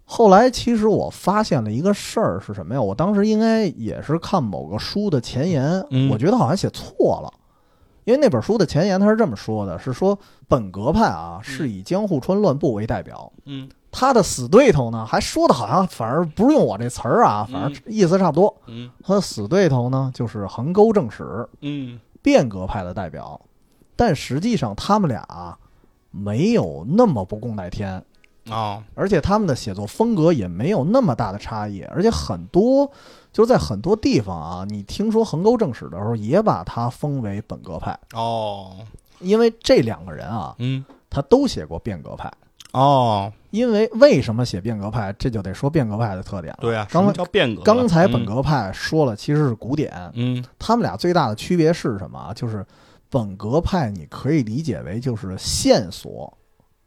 后来，其实我发现了一个事儿是什么呀？我当时应该也是看某个书的前言，嗯我觉得好像写错了，因为那本书的前言他是这么说的：是说本格派啊是以江户川乱步为代表，嗯他的死对头呢还说的好像反而不是用我这词儿啊，反正意思差不多。嗯他的死对头呢就是横沟正史，嗯，变革派的代表，但实际上他们俩啊没有那么不共戴天，哦，而且他们的写作风格也没有那么大的差异，而且很多就是在很多地方啊，你听说横沟正史的时候，也把他封为本格派，哦，因为这两个人啊，嗯，他都写过变革派。哦，因为为什么写变革派，这就得说变革派的特点了。对啊，什刚么叫变革了？刚才本嗯，格派说了，其实是古典，嗯他们俩最大的区别是什么啊？就是本格派，你可以理解为就是线索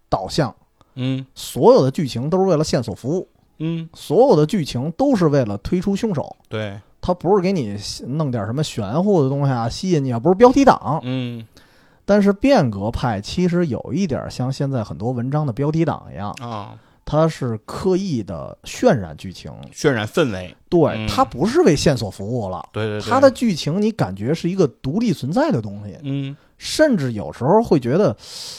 导向，嗯所有的剧情都是为了线索服务，嗯，所有的剧情都是为了推出凶手。对，它不是给你弄点什么玄乎的东西啊，吸引你啊，不是标题党。嗯但是变革派其实有一点像现在很多文章的标题党一样，啊，它是刻意的渲染剧情，渲染氛围，对，嗯它不是为线索服务了，对对对，它的剧情你感觉是一个独立存在的东西，嗯甚至有时候会觉得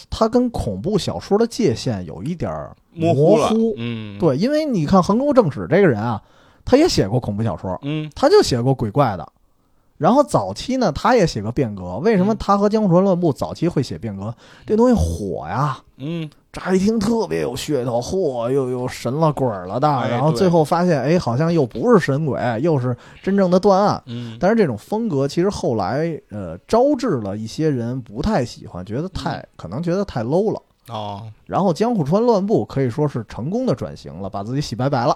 它跟恐怖小说的界限有一点儿模糊了，嗯，，对，因为你看横沟正史这个人啊，他也写过恐怖小说，嗯他就写过鬼怪的。然后早期呢，他也写过变革。为什么嗯他和江户川乱步早期会写变革？这东西火呀，嗯乍一听特别有噱头，嚯，又又神了鬼儿了的。哎然后对最后发现，哎，好像又不是神鬼，又是真正的断案。嗯，但是这种风格其实后来呃招致了一些人不太喜欢，觉得嗯太可能觉得太 low 了。哦，然后江户川乱步可以说是成功的转型了，把自己洗白白了。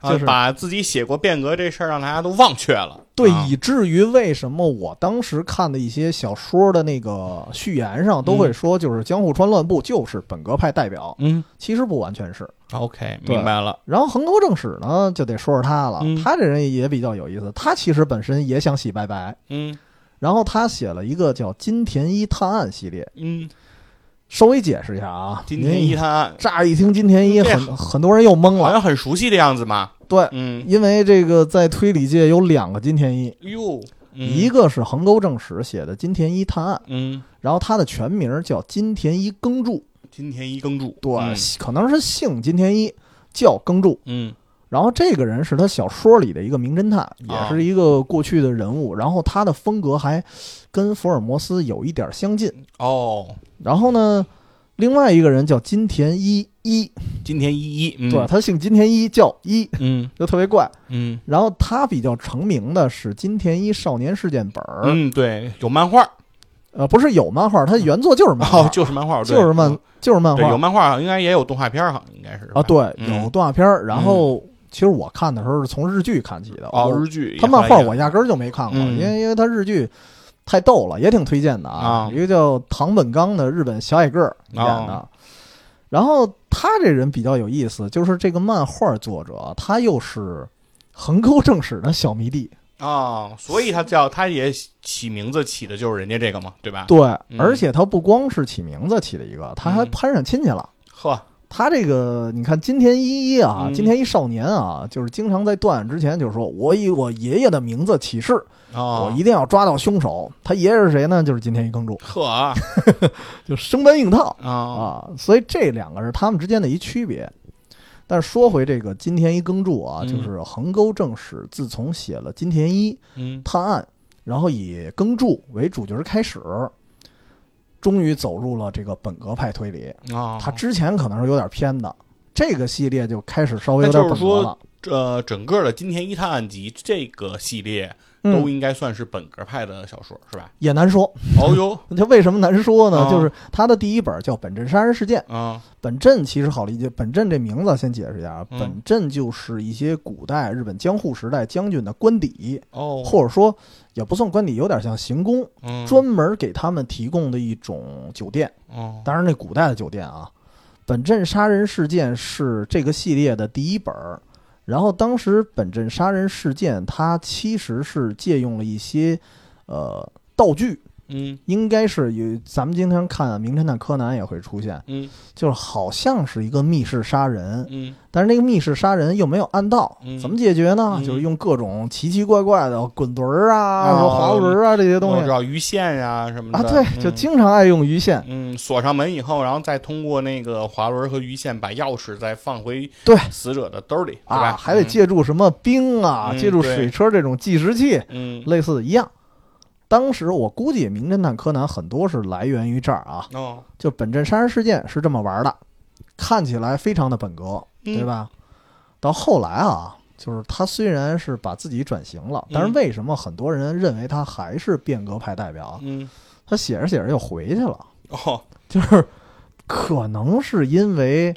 啊、就是啊把自己写过变革这事儿让大家都忘却了。对，啊以至于为什么我当时看的一些小说的那个序言上都会说，就是江户川乱步就是本格派代表，嗯其实不完全是。 ，OK，对明白了。然后横沟正史呢，就得说说他了嗯，他这人也比较有意思，他其实本身也想洗白白，嗯然后他写了一个叫《金田一探案》系列，嗯，稍微解释一下啊，今天一您探案乍一听金田一，这样很很多人又懵好了，像很熟悉的样子嘛。对，嗯，因为这个在推理界有两个金田一，哟，嗯呃一个是横沟正史写的《金田一探案》。嗯，然后他的全名叫金田一耕助，金田一耕助，对，嗯可能是姓金田一，叫耕助。嗯然后这个人是他小说里的一个名侦探，也啊是一个过去的人物。然后他的风格还跟福尔摩斯有一点相近。哦，然后呢，另外一个人叫金田一一，金田一一，嗯对，他姓金田一，叫一，嗯就特别怪。嗯然后他比较成名的是《金田一少年事件本》儿，嗯，对，有漫画，呃，不是有漫画，他原作就是漫画，哦， 就是漫画，对就是漫嗯就是漫对，画有，漫画，应该也有动画片儿，好像应该是啊，，是吧对，嗯有动画片儿。然后其实我看的时候是从日剧看起的，哦，我日剧，他也漫翻画译我压根儿就没看过，嗯因为因为他日剧太逗了，也挺推荐的啊一个叫唐本刚的日本小矮个儿演的哦。然后他这人比较有意思，就是这个漫画作者，他又是横沟正史的小迷弟，啊，所以他叫他也起名字起的就是人家这个嘛，对吧？对，嗯而且他不光是起名字起了一个，他还嗯攀上亲戚了。呵，他这个，你看金田一一啊，嗯金田一少年啊，就是经常在断案之前就说，我以我爷爷的名字起誓，我哦，一定要抓到凶手。他爷爷是谁呢？就是金田一耕助，呵啊，就生搬硬套啊，啊。所以这两个是他们之间的一区别。但是说回这个金田一耕助啊，嗯就是横沟正史自从写了金田一嗯探案，然后以耕助为主角开始，终于走入了这个本格派推理。啊，他之前可能是有点偏的，这个系列就开始稍微那有点就本是格说了。呃，整个的《金田一探案集》这个系列都嗯，应该算是本格派的小说，是吧？也难说。哦哟，它为什么难说呢？啊就是他的第一本叫《本镇杀人事件》，啊，本镇其实好理解，本镇这名字先解释一下啊，嗯本镇就是一些古代日本江户时代将军的官邸，哦，或者说也不算官邸，有点像行宫，嗯专门给他们提供的一种酒店。哦，当然，那古代的酒店啊，本镇杀人事件是这个系列的第一本儿。然后当时本镇杀人事件，它其实是借用了一些呃道具，嗯应该是有咱们经常看《名侦探柯南》也会出现，嗯就是好像是一个密室杀人，嗯但是那个密室杀人又没有暗道，嗯怎么解决呢？嗯就是用各种奇奇怪怪的滚轮儿啊、哦说滑轮儿啊这些东我知西道鱼线呀、什么的啊，对，就嗯经常爱用鱼线，嗯，锁上门以后，然后再通过那个滑轮和鱼线把钥匙再放回对死者的兜里，对啊，吧？还得借助什么冰啊，嗯借助水车这种计时器，嗯，嗯类似的一样。当时我估计《名侦探柯南》很多是来源于这儿啊，哦，就本镇杀人事件是这么玩的，看起来非常的本格，嗯对吧？到后来啊，就是他虽然是把自己转型嗯了，但是为什么很多人认为他还是变革派代表？啊嗯，他写着写着又回去了，哦，就是可能是因为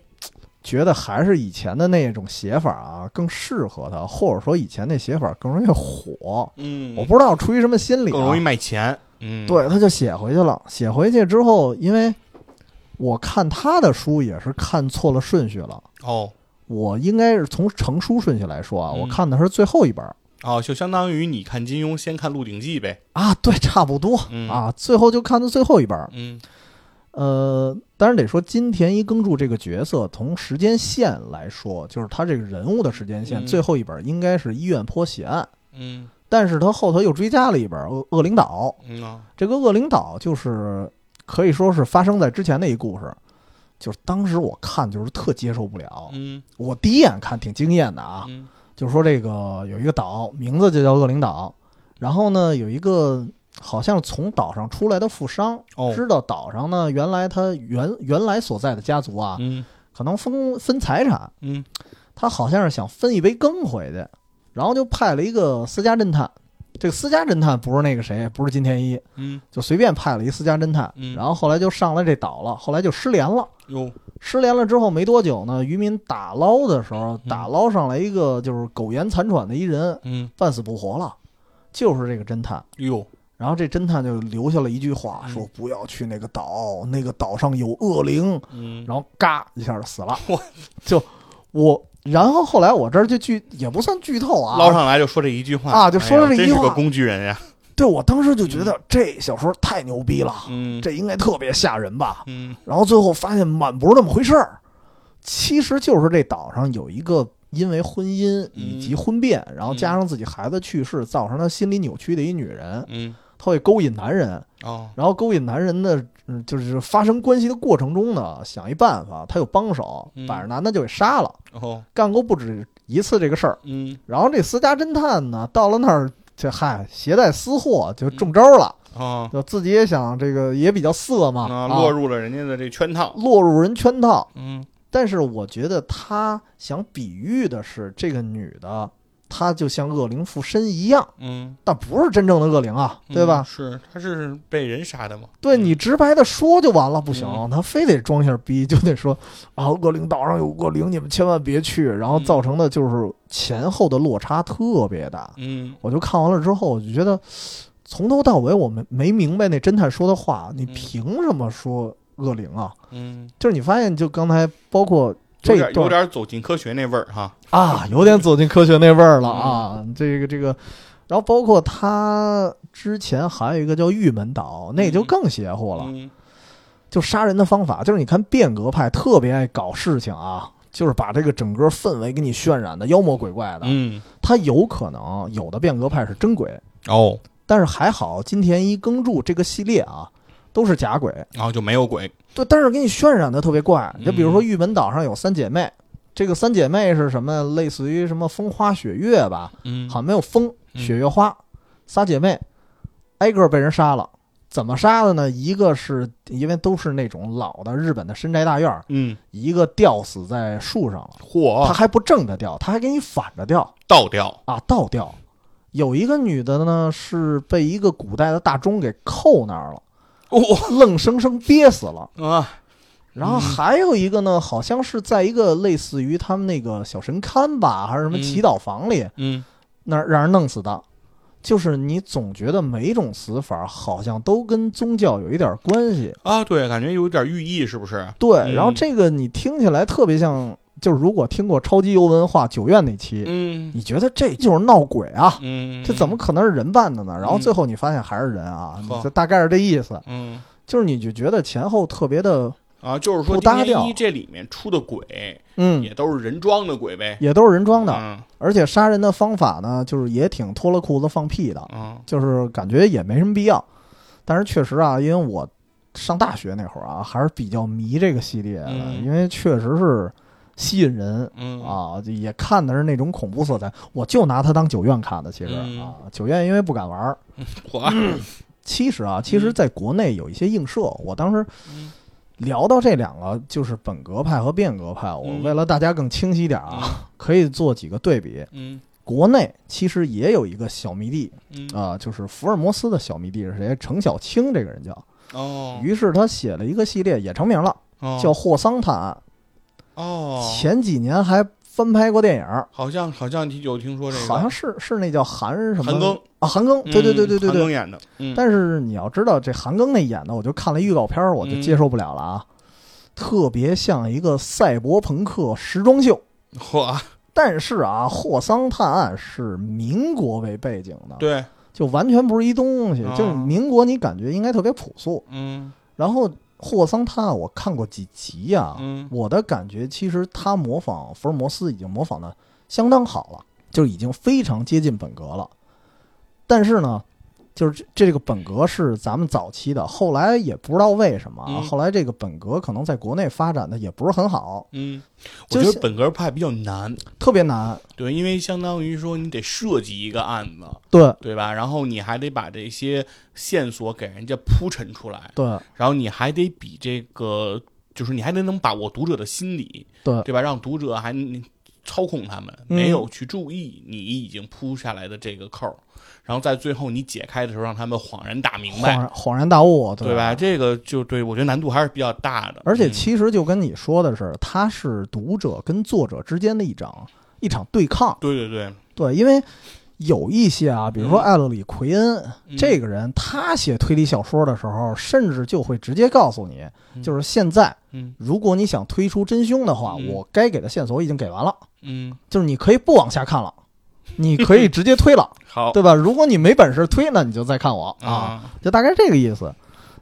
觉得还是以前的那种写法啊更适合他，或者说以前那写法更容易火。嗯，我不知道出于什么心理、啊，更容易卖钱，嗯，，对，他就写回去了。写回去之后，因为我看他的书也是看错了顺序了。哦，我应该是从成书顺序来说啊，嗯我看的是最后一本儿哦，就相当于你看金庸先看《鹿鼎记》呗，啊，对，差不多嗯啊，最后就看的最后一本儿。嗯，呃，当然得说金田一耕助这个角色，从时间线来说，就是他这个人物的时间线，嗯最后一本应该是医院坡血案，嗯，但是他后头又追加了一本恶恶灵岛。嗯啊，这个恶灵岛就是可以说是发生在之前的一故事，就是当时我看就是特接受不了，嗯我第一眼看挺惊艳的啊，嗯就说这个有一个岛，名字就叫恶灵岛，然后呢有一个好像从岛上出来的富商，哦知道岛上呢原来他原原来所在的家族啊，嗯可能分分财产，嗯他好像是想分一杯羹回去，然后就派了一个私家侦探，这个私家侦探不是那个谁，不是金田一，嗯，就随便派了一私家侦探，嗯然后后来就上来这岛了，后来就失联了。哟，失联了之后没多久呢，渔民打捞的时候嗯打捞上来一个就是苟延残喘的一人，嗯，半死不活了，就是这个侦探。哟，然后这侦探就留下了一句话，嗯说不要去那个岛，那个岛上有恶灵。嗯，然后嘎一下就死了我， 就我，然后后来我这儿就剧也不算剧透啊，捞上来就说这一句话啊就说了哎呀这一真是句个话工具人 呀，对我当时就觉得这小说太牛逼了，嗯，这应该特别吓人吧？嗯然后最后发现满不是那么回事儿，其实就是这岛上有一个因为婚姻以嗯及婚变，然后加上自己孩子去世造成他心理扭曲的一女人，嗯，她会勾引男人，哦，然后勾引男人的，嗯，就是发生关系的过程中呢，想一办法，她有帮手嗯，把这男的就给杀了，哦，干过不止一次这个事儿。嗯，然后这私家侦探呢，到了那儿，这嗨携带私货就中招 了，哦，就自己也想这个也比较色嘛，啊，啊落入了人家的这圈套，落入人圈套。嗯但是我觉得他想比喻的是这个女的，她就像恶灵附身一样，嗯，但不是真正的恶灵啊，对嗯吧？是，他是被人杀的嘛？对你直白的说就完了，不行嗯，他非得装一下逼，就得说啊，恶灵岛上有恶灵，你们千万别去，然后嗯造成的就是前后的落差特别大。嗯，我就看完了之后，我就觉得从头到尾我没没明白那侦探说的话，你嗯凭什么说恶灵啊？嗯，就是你发现，就刚才包括有这点段有点走进科学那味儿哈。啊，有点走进科学那味儿了啊。这个这个，然后包括他之前还有一个叫玉门岛，那就更邪乎了。嗯就杀人的方法，就是你看变革派特别爱搞事情啊，就是把这个整个氛围给你渲染的妖魔鬼怪的。嗯，他有可能有的变革派是真鬼，哦，但是还好金田一耕助这个系列啊。都是假鬼，然后就没有鬼。对，但是给你渲染的特别怪。就比如说嗯玉门岛上有三姐妹，这个三姐妹是什么？类似于什么风花雪月吧？嗯好，像没有风，嗯雪月花，仨姐妹，挨个儿被人杀了。怎么杀的呢？一个是因为都是那种老的日本的深宅大院儿，嗯，一个吊死在树上了，他嚯，还不正着吊，他还给你反着吊倒掉。啊，倒吊。有一个女的呢，是被一个古代的大钟给扣那 儿了，哦愣生生憋死了。啊，然后还有一个呢，好像是在一个类似于他们那个小神龛吧，还是什么嗯祈祷房里，嗯那儿让人弄死的。就是你总觉得每种死法好像都跟宗教有一点关系，啊，对，感觉有点寓意，是不是？对。嗯然后这个你听起来特别像，就是如果听过超级游文化九院那期，嗯你觉得这就是闹鬼啊，嗯，这怎么？可能是人办的呢？然后最后你发现还是人啊，呵这大概是这意思，嗯就是你就觉得前后特别的，啊，就是说，不搭调一这里面出的鬼嗯，也都是人装的鬼呗，也都是人装的，嗯而且杀人的方法呢，就是也挺脱了裤子放屁的，嗯就是感觉也没什么必要。但是确实啊，因为我上大学那会儿啊，还是比较迷这个系列的，嗯因为确实是吸引人嗯，啊，也看的是那种恐怖色彩。我就拿它当九院看的，其实、嗯啊，九院因为不敢玩儿。嚯，其实啊，其实在国内有一些映射，我当时嗯聊到这两个，就是本格派和变革派，我嗯为了大家更清晰一点啊，可以做几个对比。嗯国内其实也有一个小迷弟，嗯啊、就是福尔摩斯的小迷弟是谁？程小青这个人叫。哦于是他写了一个系列，也成名了，哦叫《霍桑探案》。哦，前几年还翻拍过电影，好像好像有听说这个，好像是是那叫韩什么韩庚，啊，韩庚，对对对对对嗯韩对。庚演的，嗯 但是你要知道，这韩庚那演的，我就看了预告片儿，我就嗯接受不了了啊，特别像一个赛博朋克时装秀。嚯，但是啊，《霍桑探案》是民国为背景的，对，就完全不是一东西。啊就是民国，你感觉应该特别朴素，嗯然后《霍桑探案》我看过几集呀、嗯我的感觉其实他模仿福尔摩斯已经模仿的相当好了，就已经非常接近本格了。但是呢，就是这这个本格是咱们早期的，后来也不知道为什么啊，嗯后来这个本格可能在国内发展的也不是很好，嗯，我就觉是得本格派比较难，特别难。对，因为相当于说你得设计一个案子，对对吧？然后你还得把这些线索给人家铺陈出来，对然后你还得比这个，就是你还得能把握读者的心理，对对吧？让读者还操控他们，嗯没有去注意你已经铺下来的这个扣儿，然后在最后你解开的时候，让他们恍然大明恍白，然恍然大悟，对吧？吧？这个就对我觉得难度还是比较大的，而且嗯其实就跟你说的是，它是读者跟作者之间的一场一场对抗，对对对，对，因为有一些啊，比如说嗯艾勒里·奎恩、嗯这个人，他写推理小说的时候，甚至就会直接告诉你，就是现在嗯如果你想推出真凶的话，嗯我该给的线索已经给完了，嗯就是你可以不往下看了，你可以直接推 了，好对吧？如果你没本事推，那你就再看我啊，哦啊就大概这个意思。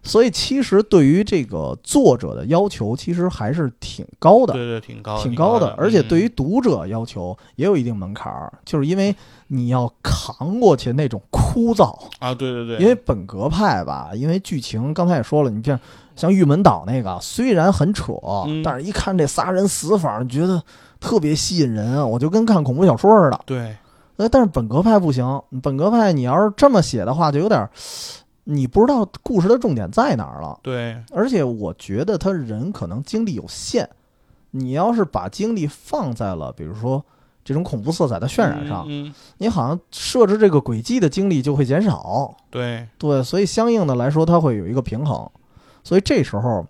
所以其实对于这个作者的要求，其实还是挺高的。对对挺高挺高高的，而且对于嗯读者要求也有一定门槛儿，就是因为你要扛过去那种枯燥，啊对对对，因为本格派吧，因为剧情刚才也说了，你像像玉门岛那个虽然很扯嗯，但是一看这仨人死法，你觉得特别吸引人啊，我就跟看恐怖小说似的。对呃，但是本格派不行，本格派你要是这么写的话，就有点儿你不知道故事的重点在哪儿了。对而且我觉得他人可能精力有限，你要是把精力放在了比如说这种恐怖色彩的渲染上，嗯，嗯你好像设置这个轨迹的精力就会减少。对对，所以相应的来说，它会有一个平衡。所以这时候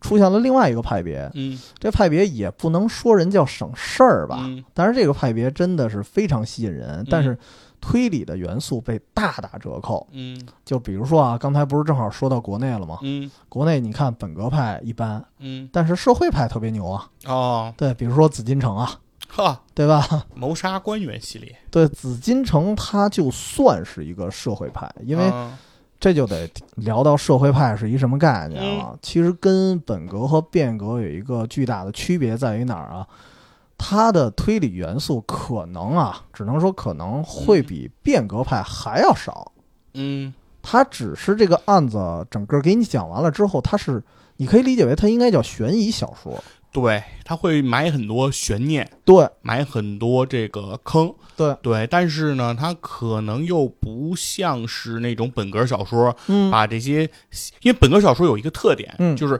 出现了另外一个派别，嗯这派别也不能说人叫省事儿吧，嗯但是这个派别真的是非常吸引人，但是推理的元素被大打折扣。嗯就比如说啊，刚才不是正好说到国内了吗？嗯国内你看本格派一般，嗯但是社会派特别牛啊。哦对，比如说紫禁城啊，呵，对吧？ 谋杀官员系列，对，紫禁城它就算是一个社会派，因为啊这就得聊到社会派是一什么概念嗯了。其实跟本格和变革有一个巨大的区别在于哪儿啊？它的推理元素可能啊，只能说可能会比变革派还要少。嗯它只是这个案子整个给你讲完了之后，它是你可以理解为它应该叫悬疑小说。对，他会埋很多悬念。对，埋很多这个坑，对对，但是呢，它可能又不像是那种本格小说，嗯，把这些，因为本格小说有一个特点，嗯就是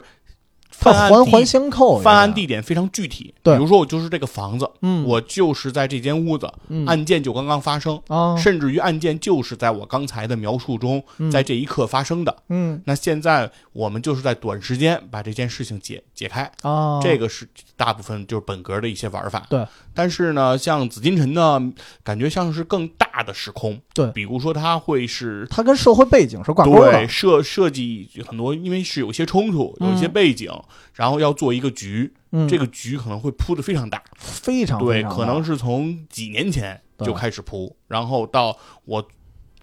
它犯案环地环相扣，犯案有点，地点非常具体，对比如说我就是这个房子，嗯，我就是在这间屋子，嗯案件就刚刚发生，啊，甚至于案件就是在我刚才的描述中，嗯在这一刻发生的。嗯那现在我们就是在短时间把这件事情解解开，啊，这个是大部分就是本格的一些玩法。对，但是呢，像紫禁城呢，感觉像是更大的时空。对比如说它会是。它跟社会背景是挂钩的对，，设设计很多，因为是有一些冲突，有一些嗯背景，然后要做一个局，嗯，这个局可能会铺的非常大，非常对非，常大可能是从几年前对就开始铺，然后到我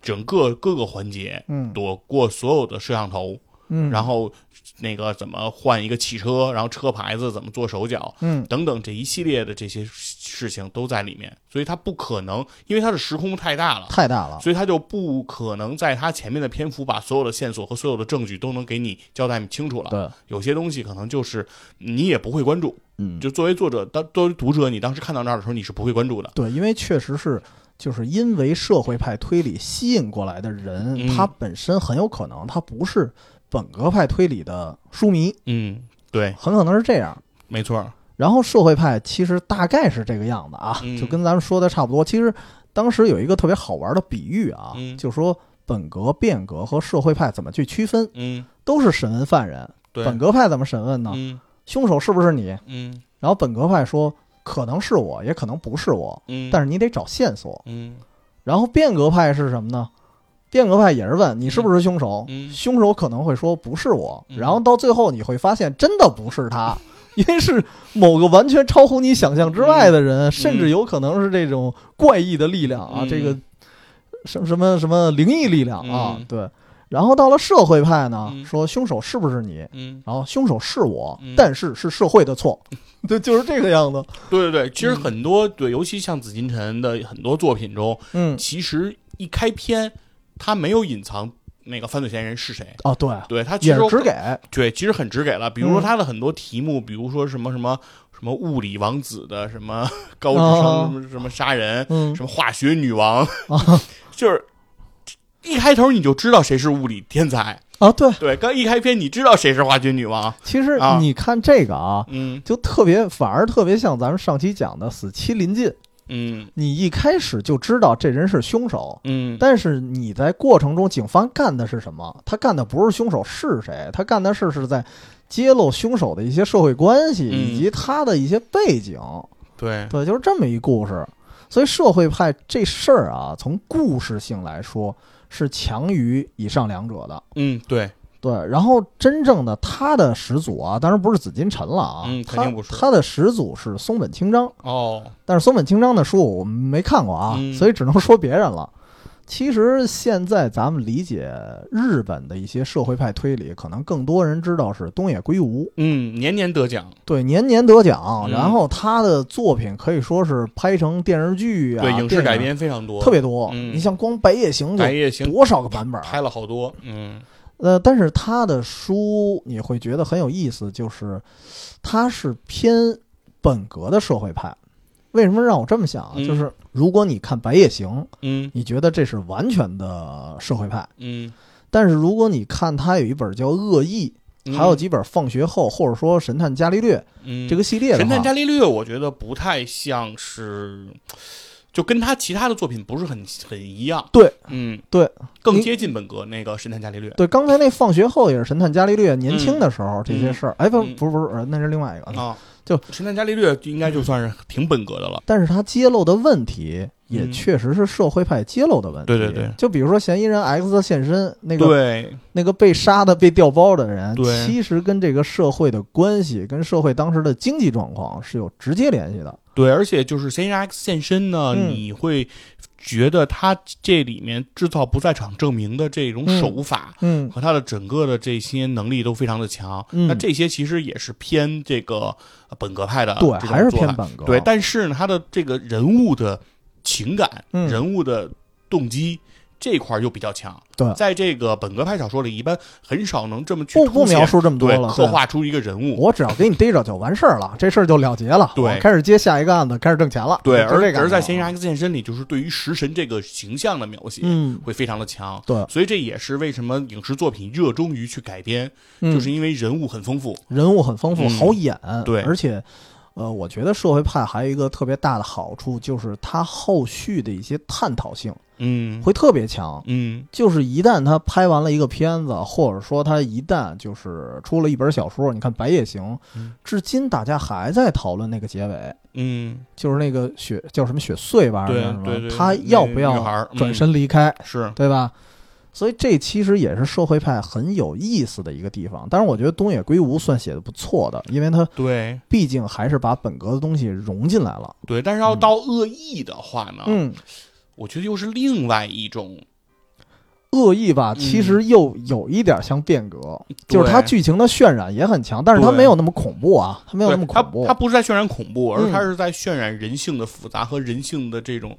整个各个环节嗯躲过所有的摄像头，嗯，然后那个怎么换一个汽车，然后车牌子怎么做手脚，嗯等等这一系列的这些事情都在里面，所以它不可能，因为它的时空太大了，太大了，所以它就不可能在它前面的篇幅把所有的线索和所有的证据都能给你交代清楚了。对，有些东西可能就是你也不会关注，嗯就作为作者当作为读者，你当时看到那儿的时候你是不会关注的。对，因为确实是。就是因为社会派推理吸引过来的人，嗯他本身很有可能他不是本格派推理的书迷，嗯，对，很可能是这样。没错，然后社会派其实大概是这个样子啊，嗯就跟咱们说的差不多。其实当时有一个特别好玩的比喻啊，嗯就说本格、变革和社会派怎么去区分，嗯，都是审问犯人。对，本格派怎么审问呢？嗯凶手是不是你？嗯然后本格派说可能是我，也可能不是我，嗯，但是是你得找线索。嗯然后变革派是什么呢？变革派也是问你是不是凶手，嗯嗯凶手可能会说不是我，嗯然后到最后你会发现真的不是他， 因为是某个完全超乎你想象之外的人，甚至有可能是这种怪异的力量啊，嗯这个什什么什么灵异力量啊，嗯对。然后到了社会派呢，嗯说凶手是不是你？嗯，然后凶手是我，嗯但是是社会的 错，对，就是这个样子。对对对，其实嗯很多对，尤其像紫禁城的很多作品中，嗯，其实一开篇他没有隐藏那个犯罪嫌疑人是谁，哦，对，对他其也实是只给，对其实很直给了，比如说嗯他的很多题目，比如说什么什么什么物理王子的什么高智商哦什么什么杀人，嗯 什么化学女王，啊，就是。一开头你就知道谁是物理天才，啊，对，对，刚一开篇你知道谁是花裙女王，其实啊你看这个啊，嗯就特别反而特别像咱们上期讲的死期临近，嗯你一开始就知道这人是凶手。嗯，但是你在过程中，警方干的是什么？他干的不是凶手是谁，他干的是是在揭露凶手的一些社会关系嗯以及他的一些背景。对，对，就是这么一故事。所以社会派这事儿啊，从故事性来说是强于以上两者的。嗯对，对，然后真正的他的始祖啊，当然不是紫金陈了啊，嗯肯他定不是他的始祖是松本清张，哦，但是松本清张的书我们没看过啊，嗯所以只能说别人了。其实现在咱们理解日本的一些社会派推理，可能更多人知道是东野圭吾，嗯，年年得奖，对，年年得奖，嗯然后他的作品可以说是拍成电视剧啊，对，影视电改编非常多，特别多。嗯你像光《白夜行》白就夜行多少个版本啊？拍了好多，嗯呃，但是他的书你会觉得很有意思，就是他是偏本格的社会派。为什么让我这么想啊？嗯就是如果你看《白夜行》，嗯你觉得这是完全的社会派；嗯，但是如果你看他有一本叫《恶意》，嗯还有几本放学后或者说《神探伽利略》嗯这个系列的神话，探伽利略，我觉得不太像是，就跟他其他的作品不是很很一样。对，嗯，对，更你接近本格那个神探伽利略。对刚才那放学后也是《神探伽利略》年轻的时候、这些事儿。哎，不，嗯不是，不是，呃那是另外一个。啊，就神探伽利略应该就算是挺本格的了。但是他揭露的问题也嗯确实是社会派揭露的问题。对对对就比如说嫌疑人 X 的现身，那个对，那个被杀的、被调包的人，对其实跟这个社会的关系、跟社会当时的经济状况是有直接联系的。对，而且就是嫌疑人 X 现身呢，嗯你会觉得他这里面制造不在场证明的这种嗯手法。嗯，和他的整个的这些能力都非常的强，嗯那这些其实也是偏这个呃本格派的这对，种还是做法偏本格。对，但是呢，他的这个人物的情感、嗯人物的动机这块儿又比较强。对在这个本格派小说里，一般很少能这么去不不凸显描述这么多对了，刻对画出一个人物。我只要给你逮着就完事儿了，这事儿就了结了。对我开始接下一个案子，开始挣钱了。对，就而这个。而在《嫌疑人 X 现身》里，就是对于食神这个形象的描写嗯，会非常的强。对所以这也是为什么影视作品热衷于去改编，嗯就是因为人物很丰富。人物很丰富，嗯好演。对而且，呃，我觉得社会派还有一个特别大的好处，就是它后续的一些探讨性嗯会特别强。嗯就是一旦他拍完了一个片子，或者说他一旦就是出了一本小说，你看《白夜行嗯》，至今大家还在讨论那个结尾，嗯，就是那个雪叫什么雪穗吧，对还是什么对对，他那要不女要孩儿转？嗯身离开，是，对吧？所以这其实也是社会派很有意思的一个地方。当然，我觉得东野圭吾算写的不错的，因为他对毕竟还是把本格的东西融进来了。对，但是要到恶意的话呢，嗯，我觉得又是另外一种，恶意吧，嗯其实又有一点像变革，对就是它剧情的渲染也很强，但是它对没有那么恐怖啊，它没有那么对它恐怖它。不是在渲染恐怖，而嗯是它是在渲染人性的复杂和人性的这种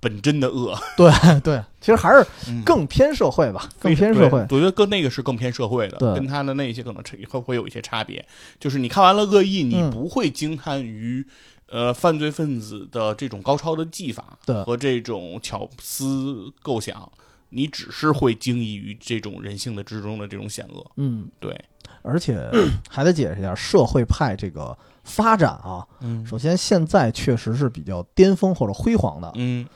本真的恶，对对，啊其实还是嗯更偏社会吧，更非偏常社会。对我觉得更那个是更偏社会的，对跟他的那些可能差会会有一些差别。就是你看完了恶意，你嗯不会惊叹于。呃，犯罪分子的这种高超的技法对和这种巧思构想，你只是会惊异于这种人性的之中的这种险恶。嗯，对，而且还得解释一下社会派这个发展啊。嗯首先，现在确实是比较巅峰或者辉煌的，嗯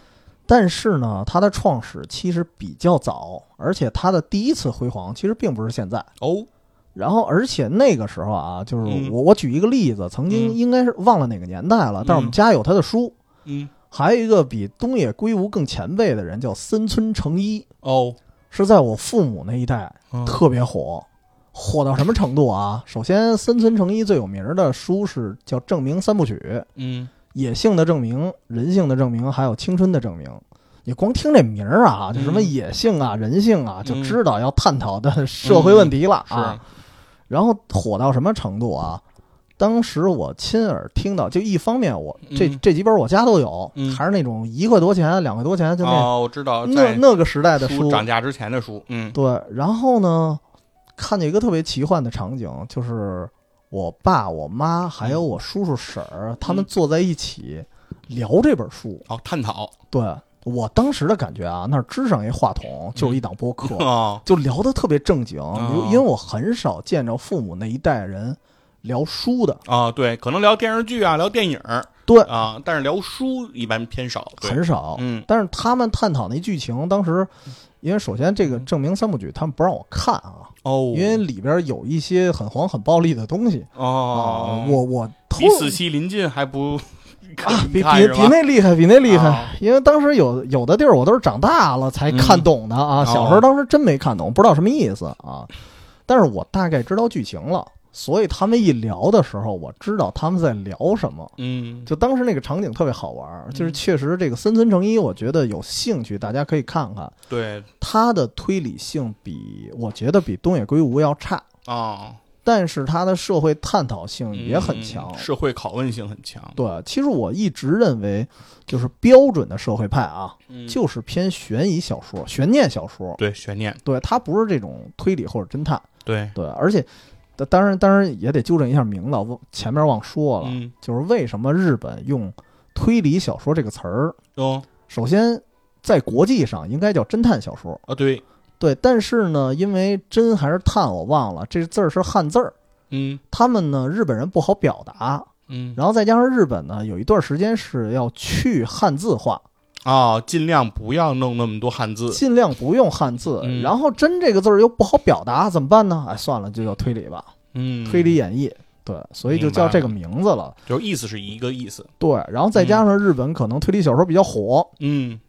但是呢，它的创始其实比较早，而且它的第一次辉煌其实并不是现在。哦，然后，而且那个时候啊，就是我、嗯我举一个例子，曾经嗯应该是忘了哪个年代了，但是我们嗯家有他的书，嗯还有一个比东野圭吾更前辈的人叫森村诚一，哦，是在我父母那一代嗯特别火，火到什么程度啊？首先，森村诚一最有名的书是叫《证明三部曲》，嗯野性的证明、人性的证明，还有青春的证明。你光听这名儿啊，就什么嗯野性啊、人性啊，嗯就知道要探讨的社会问题了是啊。然后火到什么程度啊？当时我亲耳听到，就一方面我这、嗯这几本我家都有，嗯还是那种一块多钱、两块多钱，就那、哦，我知道，那在那个时代的书涨价之前的书，嗯对，然后呢，看见一个特别奇幻的场景，就是我爸、我妈还有我叔叔婶儿，他们嗯坐在一起聊这本书。好探讨，对，我当时的感觉啊，那儿支上一话筒就是一档播客， 啊，就聊得特别正经。哦比如因为我很少见着父母那一代人聊书的，啊，对，可能聊电视剧啊，聊电影儿对，啊，但是聊书一般偏少，对，很少。嗯但是他们探讨那剧情，当时因为首先这嗯个证明三部曲他们不让我看啊，哦，因为里边有一些很黄很暴力的东西哦啊，，我嗯我特比死期临近还不啊，比看比是吧比那厉害，比那厉害啊。因为当时有有的地儿我都是长大了才看懂的啊，嗯小时候当时真没看懂，不知道什么意思啊。但是我大概知道剧情了，所以他们一聊的时候，我知道他们在聊什么。嗯就当时那个场景特别好玩儿，就是确实这个森村诚一，我觉得有兴趣大家可以看看，对他的推理性比我觉得比东野圭吾要差，啊，但是他的社会探讨性也很嗯强。社会拷问性很强，对，其实我一直认为，就是标准的社会派啊，嗯就是偏悬疑小说、悬念小说。对悬念，对，它不是这种推理或者侦探。对，对，而且，当当然，当然也得纠正一下名字，我前面忘说了，嗯就是为什么日本用推理小说这个词儿？哦首先，在国际上应该叫侦探小说，啊对，对。但是呢，因为侦还是探，我忘了，这字儿是汉字儿。嗯他们呢，日本人不好表达，嗯，然后再加上日本呢，有一段时间是要去汉字化，啊，尽量不要弄那么多汉字，尽量不用汉字。嗯然后“真”这个字儿又不好表达，怎么办呢？哎，算了，就叫推理吧，嗯，推理演绎。对，所以就叫这个名字了。就是意思是一个意思，对，然后再加上日本可能推理小说比较火，嗯，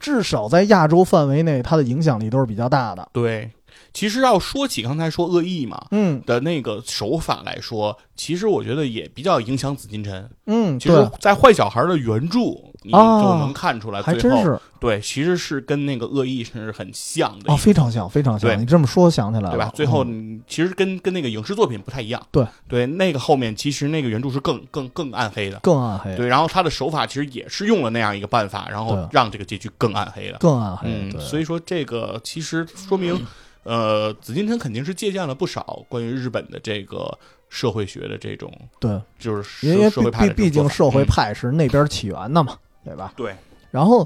至少在亚洲范围内，它的影响力都是比较大的。对。其实要说起刚才说恶意嘛嗯的那个手法来说，其实我觉得也比较影响紫禁城。嗯，其实啊对，，在坏小孩的原著，你就啊能看出来，还最真后是对，其实是跟那个恶意是很像的哦，，非常像，非常对像。你这么说想起来了，对吧？最后嗯你其实跟跟那个影视作品不太一样，对对，那个后面其实那个原著是更更更暗黑的，更暗黑，对，然后他的手法其实也是用了那样一个办法，然后对让这个结局更暗黑的，更暗黑。嗯，哎对，嗯所以说这个其实说明，呃，紫禁城肯定是借鉴了不少关于日本的这个社会学的这种对，就是嗯因为社社毕会派毕的这毕种竟做社法嗯会派是那边起源的嘛，对吧？对，然后，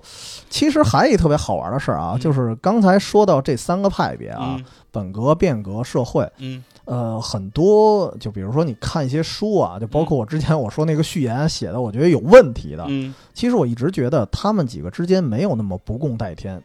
其实还有一特别好玩的事儿啊嗯，就是刚才说到这三个派别啊，嗯本格、变革、社会，嗯呃，很多就比如说你看一些书啊，就包括我之前我说那个序言写的，我觉得有问题的。嗯其实我一直觉得他们几个之间没有那么不共戴天，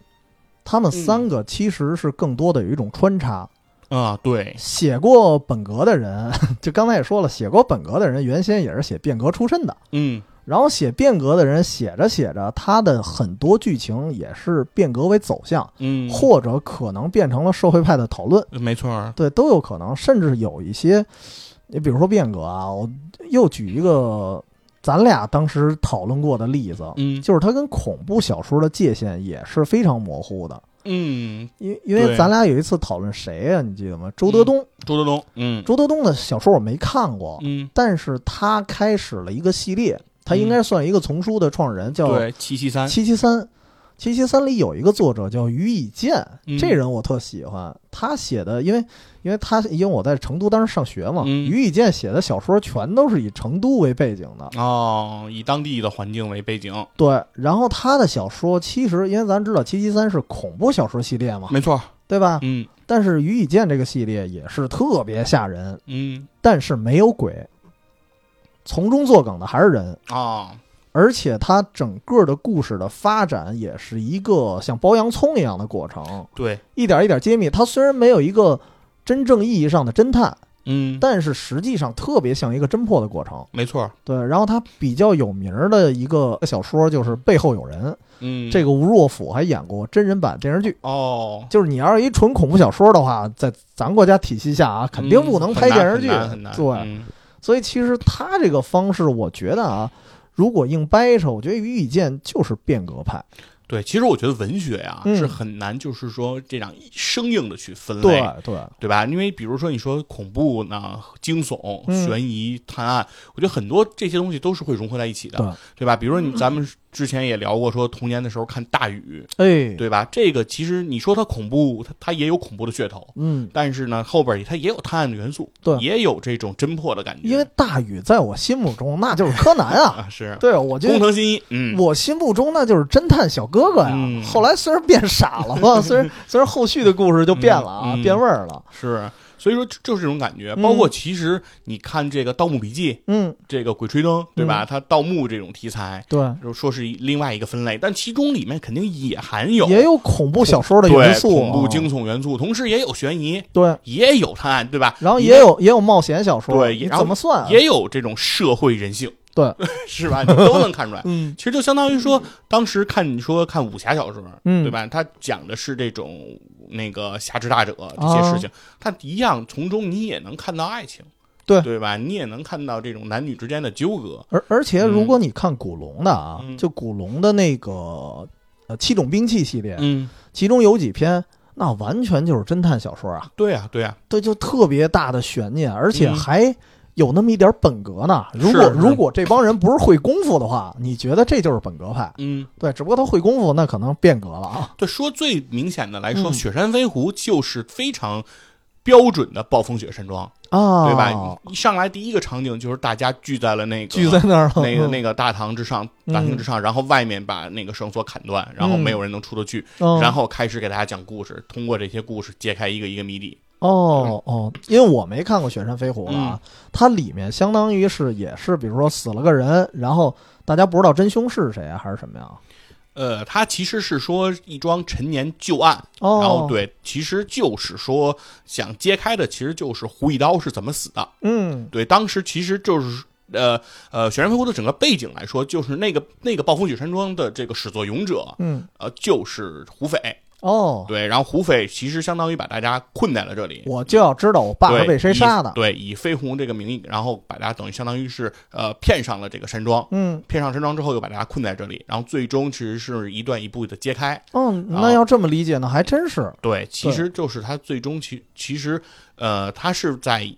他嗯们三个其实是更多的有一种穿插。啊，对，写过本格的人， 就刚才也说了，写过本格的人原先也是写变革出身的。嗯然后写变革的人写着写着，他的很多剧情也是变革为走向，嗯，或者可能变成了社会派的讨论，没错儿，对，都有可能。甚至有一些，你比如说变革啊，我又举一个咱俩当时讨论过的例子，嗯就是它跟恐怖小说的界限也是非常模糊的。嗯，因因为对咱俩有一次讨论谁呀、你记得吗？周德东，周德东，嗯周德东的小说我没看过，嗯，但是他开始了一个系列，他应该算一个丛书的创始人，叫对，七七三，七七三。七七三里有一个作者叫于以健，嗯这人我特喜欢。他写的，因为因为他因为我在成都当时上学嘛，嗯于以健写的小说全都是以成都为背景的。哦，以当地的环境为背景，对，然后他的小说其实因为咱知道七七三是恐怖小说系列嘛，没错儿，对吧？嗯但是于以健这个系列也是特别吓人，嗯但是没有鬼，从中作梗的还是人。啊，而且它整个的故事的发展也是一个像剥洋葱一样的过程，对，一点一点揭秘。它虽然没有一个真正意义上的侦探，嗯，但是实际上特别像一个侦破的过程。没错儿，对，然后它比较有名儿的一个小说就是《背后有人》，嗯，这个吴若甫还演过真人版电视剧。哦，就是你要是一纯恐怖小说的话，在咱国家体系下啊，肯定不能拍电视剧。嗯很难，很难很对，难嗯所以其实他这个方式，我觉得啊，如果硬掰扯，我觉得于以健就是变革派。对，其实我觉得文学呀、嗯是很难，就是说这样生硬的去分类，对对，对吧？因为比如说你说恐怖呢、惊悚、嗯悬疑、探案，我觉得很多这些东西都是会融合在一起的，对嗯对吧？比如说你咱们之前也聊过，说童年的时候看《大雨》，哎，对吧？这个其实你说它恐怖，它它也有恐怖的噱头，嗯，但是呢，后边儿它也有探案的元素，对也有这种侦破的感觉。因为大禹在我心目中那就是柯南啊，啊，是对我就工藤新一，嗯，我心目中那就是侦探小哥哥呀。嗯后来虽然变傻了吧， 虽然虽然后续的故事就变了啊，嗯嗯变味儿了。是，所以说就就是这种感觉。嗯包括其实你看这个《盗墓笔记》，嗯，这个《鬼吹灯》，对吧？它盗墓这种题材，对，就说是另外一个分类，但其中里面肯定也含有也有恐怖小说的对元素，恐怖、啊惊悚元素，同时也有悬疑，对，也有探案，对吧？然后你也有也有冒险小说，对你然后怎么算啊？也有这种社会人性，对， 是吧？你都能看出来。嗯其实就相当于说，当时看你说看武侠小说，嗯，对？吧？他讲的是这种那个侠之大者这些事哦情，他一样从中你也能看到爱情，对对吧？你也能看到这种男女之间的纠葛，而而且嗯如果你看古龙的啊，嗯就古龙的那个呃七种兵器系列，嗯，其中有几篇那完全就是侦探小说啊，对啊，对啊，对，就特别大的悬念，而且嗯还有那么一点本格呢。如果是如果这帮人不是会功夫的话，你觉得这就是本格派？嗯，对，只不过他会功夫，那可能变革了啊。对，说最明显的来说，嗯雪山飞狐就是非常。标准的暴风雪山庄，啊， 对吧？一上来第一个场景就是大家聚在了那个聚在那儿了，嗯那个个，那个大堂之上，嗯大厅之上，然后外面把那个绳索砍断，然后没有人能出得去，嗯、然后开始给大家讲故事，通过这些故事揭开一个一个谜底。哦哦，因为我没看过《雪山飞狐》啊，嗯它里面相当于是也是，比如说死了个人，然后大家不知道真凶是谁啊，还是什么呀？呃，它其实是说一桩陈年旧案，哦，然后，对，其实就是说想揭开的，其实就是胡一刀是怎么死的。嗯对，当时其实就是。呃呃，雪山飞狐的整个背景来说，就是那个那个暴风雪山庄的这个始作俑者，嗯，呃，就是胡斐。哦，对，然后胡斐其实相当于把大家困在了这里，我就要知道我爸是对被谁以杀的。对，以飞鸿这个名义，然后把大家等于相当于是呃骗上了这个山庄，嗯骗上山庄之后又把大家困在这里，然后最终其实是一段一步的揭开。嗯，然后那要这么理解呢，还真是。对，其实就是他最终其其实呃他是在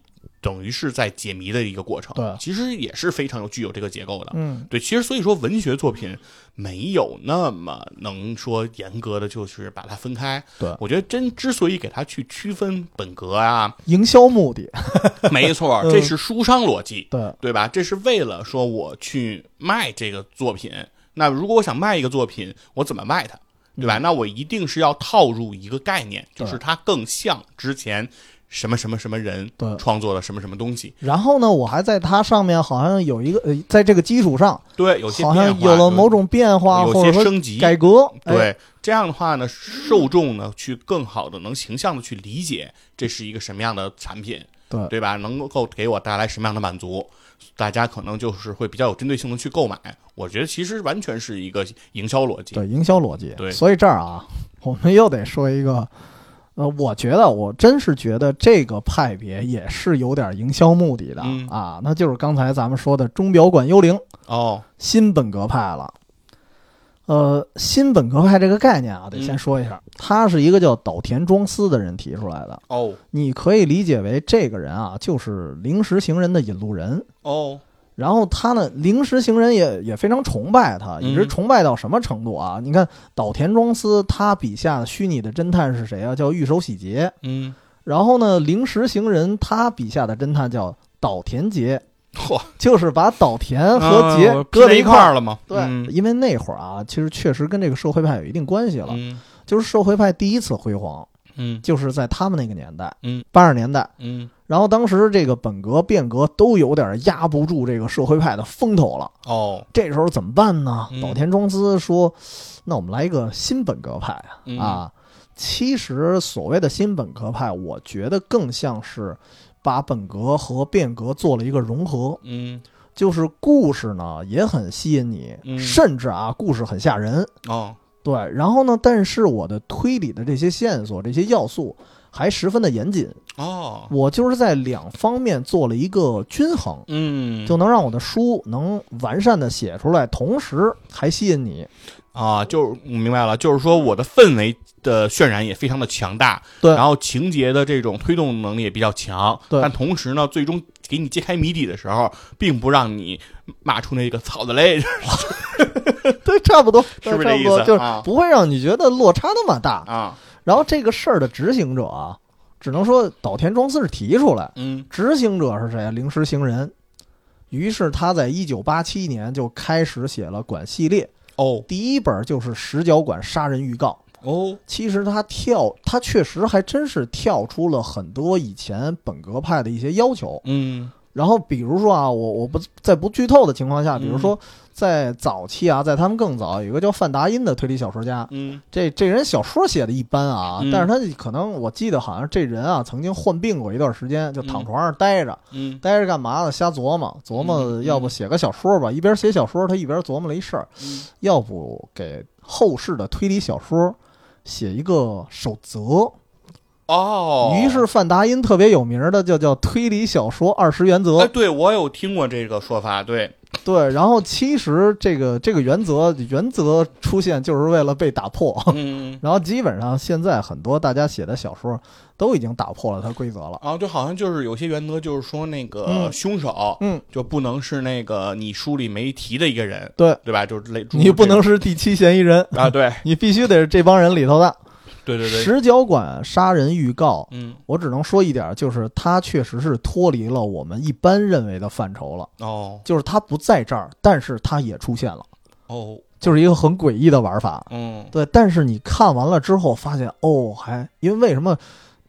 等于是在解谜的一个过程，对其实也是非常有具有这个结构的。嗯，对，其实所以说文学作品没有那么能说严格的，就是把它分开。对我觉得真之所以给它去区分本格 啊，营销目的，没错儿，嗯这是书商逻辑。对，对吧？这是为了说我去卖这个作品。那如果我想卖一个作品，我怎么卖它？对吧？那我一定是要套入一个概念，嗯对就是它更像之前什么什么什么人对创作了什么什么东西。然后呢，我还在它上面好像有一个，呃，在这个基础上，对，有些好变像化，有了某种变化，有或者些说升级。改革。哎，对，这样的话呢，受众呢去更好的能形象的去理解这是一个什么样的产品，对对吧？能够给我带来什么样的满足，大家可能就是会比较有针对性的去购买。我觉得其实完全是一个营销逻辑。对营销逻辑。对所以这儿啊，我们又得说一个，呃，我觉得我真是觉得这个派别也是有点营销目的的、嗯啊，那就是刚才咱们说的钟表馆幽灵哦，新本格派了。呃，新本格派这个概念啊，得先嗯说一下，他是一个叫岛田庄司的人提出来的。哦，你可以理解为这个人啊，就是临时行人的引路人。哦，然后他呢，临时行人也也非常崇拜他，嗯一直崇拜到什么程度啊？你看岛田庄司他笔下的虚拟的侦探是谁啊？叫玉手洗劫。嗯，然后呢，临时行人他笔下的侦探叫岛田杰，嚯，就是把岛田和啊杰我搁拼在在一块儿儿。了吗？对，嗯，因为那会儿啊，其实确实跟这个社会派有一定关系了，嗯，就是社会派第一次辉煌，嗯，就是在他们那个年代，嗯，八十年代。嗯，然后当时这个本格变革都有点压不住这个社会派的风头了，哦，这时候怎么办呢嗯？岛田庄司说：“那我们来一个新本格派啊！”嗯，啊，其实所谓的新本格派，我觉得更像是把本格和变革做了一个融合，嗯，就是故事呢也很吸引你，嗯甚至啊故事很吓人，哦，对。然后呢，但是我的推理的这些线索、这些要素还十分的严谨，哦，我就是在两方面做了一个均衡。嗯，就能让我的书能完善的写出来，同时还吸引 你。啊，就是我明白了，就是说我的氛围的渲染也非常的强大，对然后情节的这种推动能力也比较强，对但同时呢，最终给你揭开谜底的时候，并不让你骂出那个“操的嘞”，对，差不多，是不差是不这意多，思就是啊不会让你觉得落差那么大。啊，然后这个事儿的执行者啊，只能说岛田庄司是提出来，嗯执行者是谁？啊临时行人。于是他在一九八七年就开始写了《管》系列，哦第一本就是石角馆杀人预告。哦其实他跳，他确实还真是跳出了很多以前本格派的一些要求。嗯然后比如说啊，我我不在不剧透的情况下，嗯比如说在早期啊，在他们更早有一个叫范达因的推理小说家，嗯这这人小说写的一般啊，嗯但是他可能我记得好像这人啊曾经患病过一段时间，就躺嗯床上待着，嗯待着干嘛呢？瞎琢磨琢磨，嗯要不写个小说吧，一边写小说他一边琢磨了一事儿，嗯要不给后世的推理小说写一个守则。哦，于是范达因特别有名的就叫推理小说二十原则。哎，对我有听过这个说 法，对，对，然后其实这个这个原则原则出现就是为了被打破， 嗯。然后基本上现在很多大家写的小说都已经打破了它规则了。啊，就好像就是有些原则，就是说那个嗯凶手嗯，就不能是那个你书里没提的一个人，对对吧？就是类诸如你不这种能是第七嫌疑人，啊，对你必须得是这帮人里头的。对对对，石角馆杀人预告，嗯我只能说一点，就是它确实是脱离了我们一般认为的范畴了，哦就是它不在这儿，但是它也出现了，哦就是一个很诡异的玩法。嗯对，但是你看完了之后发现，哦，还因为为什么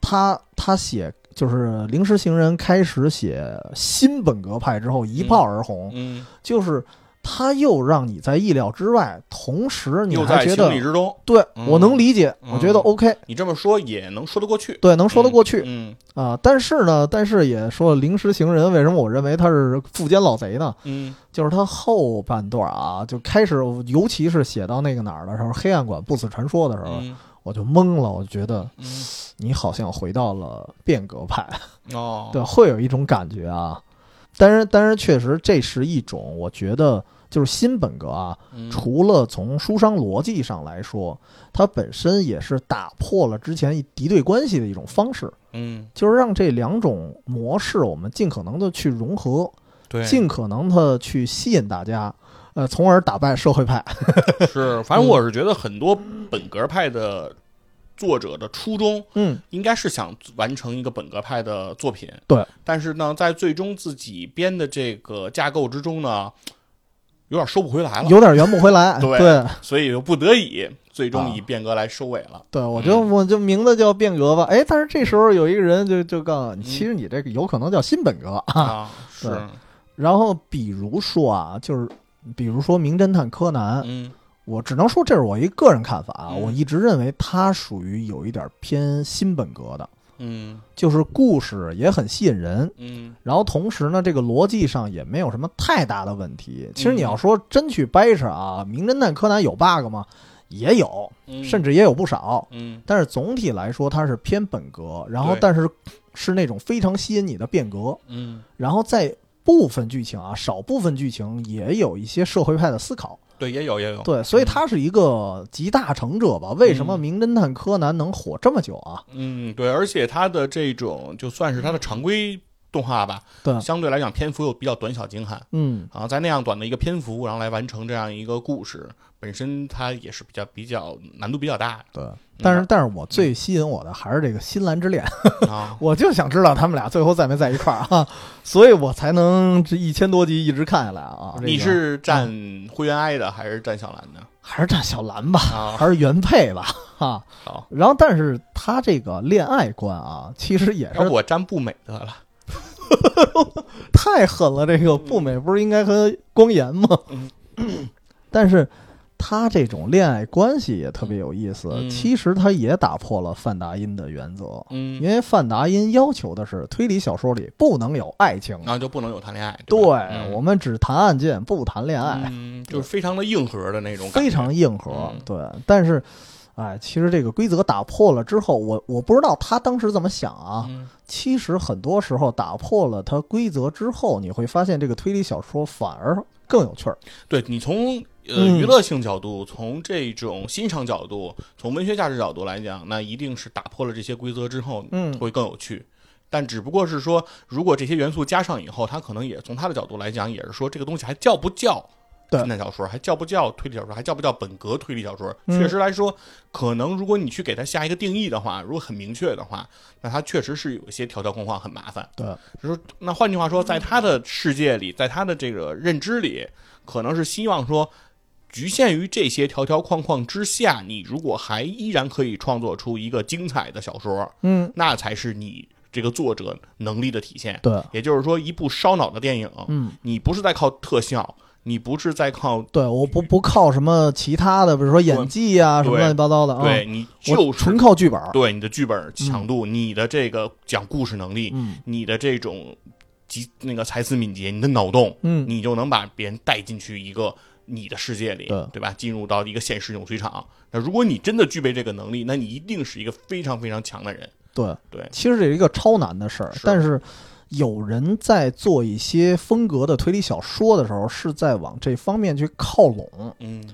他他写就是临时行人开始写新本格派之后一炮而红，嗯，就是他又让你在意料之外，同时你又还在觉情得理之中，对、嗯我能理解，嗯我觉得 OK，、你这么说也能说得过去，对，能说得过去嗯啊、但是呢，但是也说临时行人为什么我认为他是富坚老贼呢？嗯就是他后半段啊，就开始，尤其是写到那个哪儿的时候，黑暗馆不死传说的时候，嗯我就懵了，我就觉得嗯你好像回到了变革派，哦，对，会有一种感觉啊。但是，但是确实这是一种，我觉得就是新本格啊，嗯除了从书商逻辑上来说，它本身也是打破了之前一敌对关系的一种方式，嗯就是让这两种模式我们尽可能的去融合，对，尽可能的去吸引大家，呃，从而打败社会派。是，嗯反正我是觉得很多本格派的作者的初衷 嗯，应该是想完成一个本格派的作品，对。但是呢，在最终自己编的这个架构之中呢，有点收不回来了，有点圆不回来。 对对所以又不得已最啊终以变革来收尾了。对，我就嗯我就名字叫变革吧。哎，但是这时候有一个人就就告嗯诉你，其实你这个有可能叫新本格。 啊，是，对然后比如说啊，就是比如说《名侦探柯南》，嗯我只能说这是我一个人看法啊，嗯我一直认为它属于有一点偏新本格的，嗯就是故事也很吸引人。嗯然后同时呢，这个逻辑上也没有什么太大的问题。嗯其实你要说真去掰扯啊，《名侦探柯南》有 bug 吗？也有，嗯，甚至至也有不少。嗯但是总体来说它是偏本格，然后对但是是那种非常吸引你的变革，嗯，然后在部分剧情啊，少部分剧情也有一些社会派的思考，对，也有也有，对，所以嗯它是一个集大成者吧。为什么《名侦探柯南》能火这么久啊？嗯对，而且它的这种就算是它的常规动画吧，对相对来讲篇幅又比较短小精悍。嗯，然后在那样短的一个篇幅，然后来完成这样一个故事，本身它也是比较比较难度比较大对。但嗯是，但是我最吸引我的还是这个《新兰之恋》，。的啊我就想知道他们俩最后在没在一块儿啊， 所以我才能这一千多集一直看下来啊。这你个是站灰原哀的还是站小兰 的还是占小兰 吧，啊？还是原配吧？ 哈、好，然后，但是他这个恋爱观啊，其实也要是不我站不美的了。太狠了。这个步美不是应该和光彦吗嗯？ 但是他这种恋爱关系也特别有意思。嗯其实他也打破了范达因的原则，嗯因，为范达因要求的是推理小说里不能有爱情。然后就不能有谈恋爱。对吧嗯我们只谈案件，不谈恋爱，嗯，就是非常的硬核的那种感觉，非常硬核。嗯对，但是。哎，其实这个规则打破了之后，我我不知道他当时怎么想啊。嗯其实很多时候打破了它规则之后，你会发现这个推理小说反而更有趣儿。对你从呃嗯娱乐性角度，从这种欣赏角度，从文学价值角度来讲，那一定是打破了这些规则之后嗯会更有趣。但只不过是说，如果这些元素加上以后，它可能也从它的角度来讲，也是说这个东西还叫不叫对侦探小说，还叫不叫推理小说，还叫不叫本格推理小说？嗯确实来说，可能如果你去给它下一个定义的话，如果很明确的话，那它确实是有一些条条框框，很麻烦。对，就是说那换句话说，在他的世界里，在他的这个认知里，可能是希望说。局限于这些条条框框之下，你如果还依然可以创作出一个精彩的小说，嗯，那才是你这个作者能力的体现。对，也就是说，一部烧脑的电影，嗯，你不是在靠特效，你不是在靠对，我不不靠什么其他的，比如说演技啊什么对乱七八糟的啊，对你我就是纯靠剧本儿。对你的剧本强度、你的这个讲故事能力、嗯你的这种及那个才思敏捷、你的脑洞，嗯，你就能把别人带进去一个你的世界里，对对吧？进入到一个现实永水场。那如果你真的具备这个能力，那你一定是一个非常非常强的人。对对其实这是一个超难的事儿，是但是有人在做一些风格的推理小说的时候，是在往这方面去靠拢。嗯，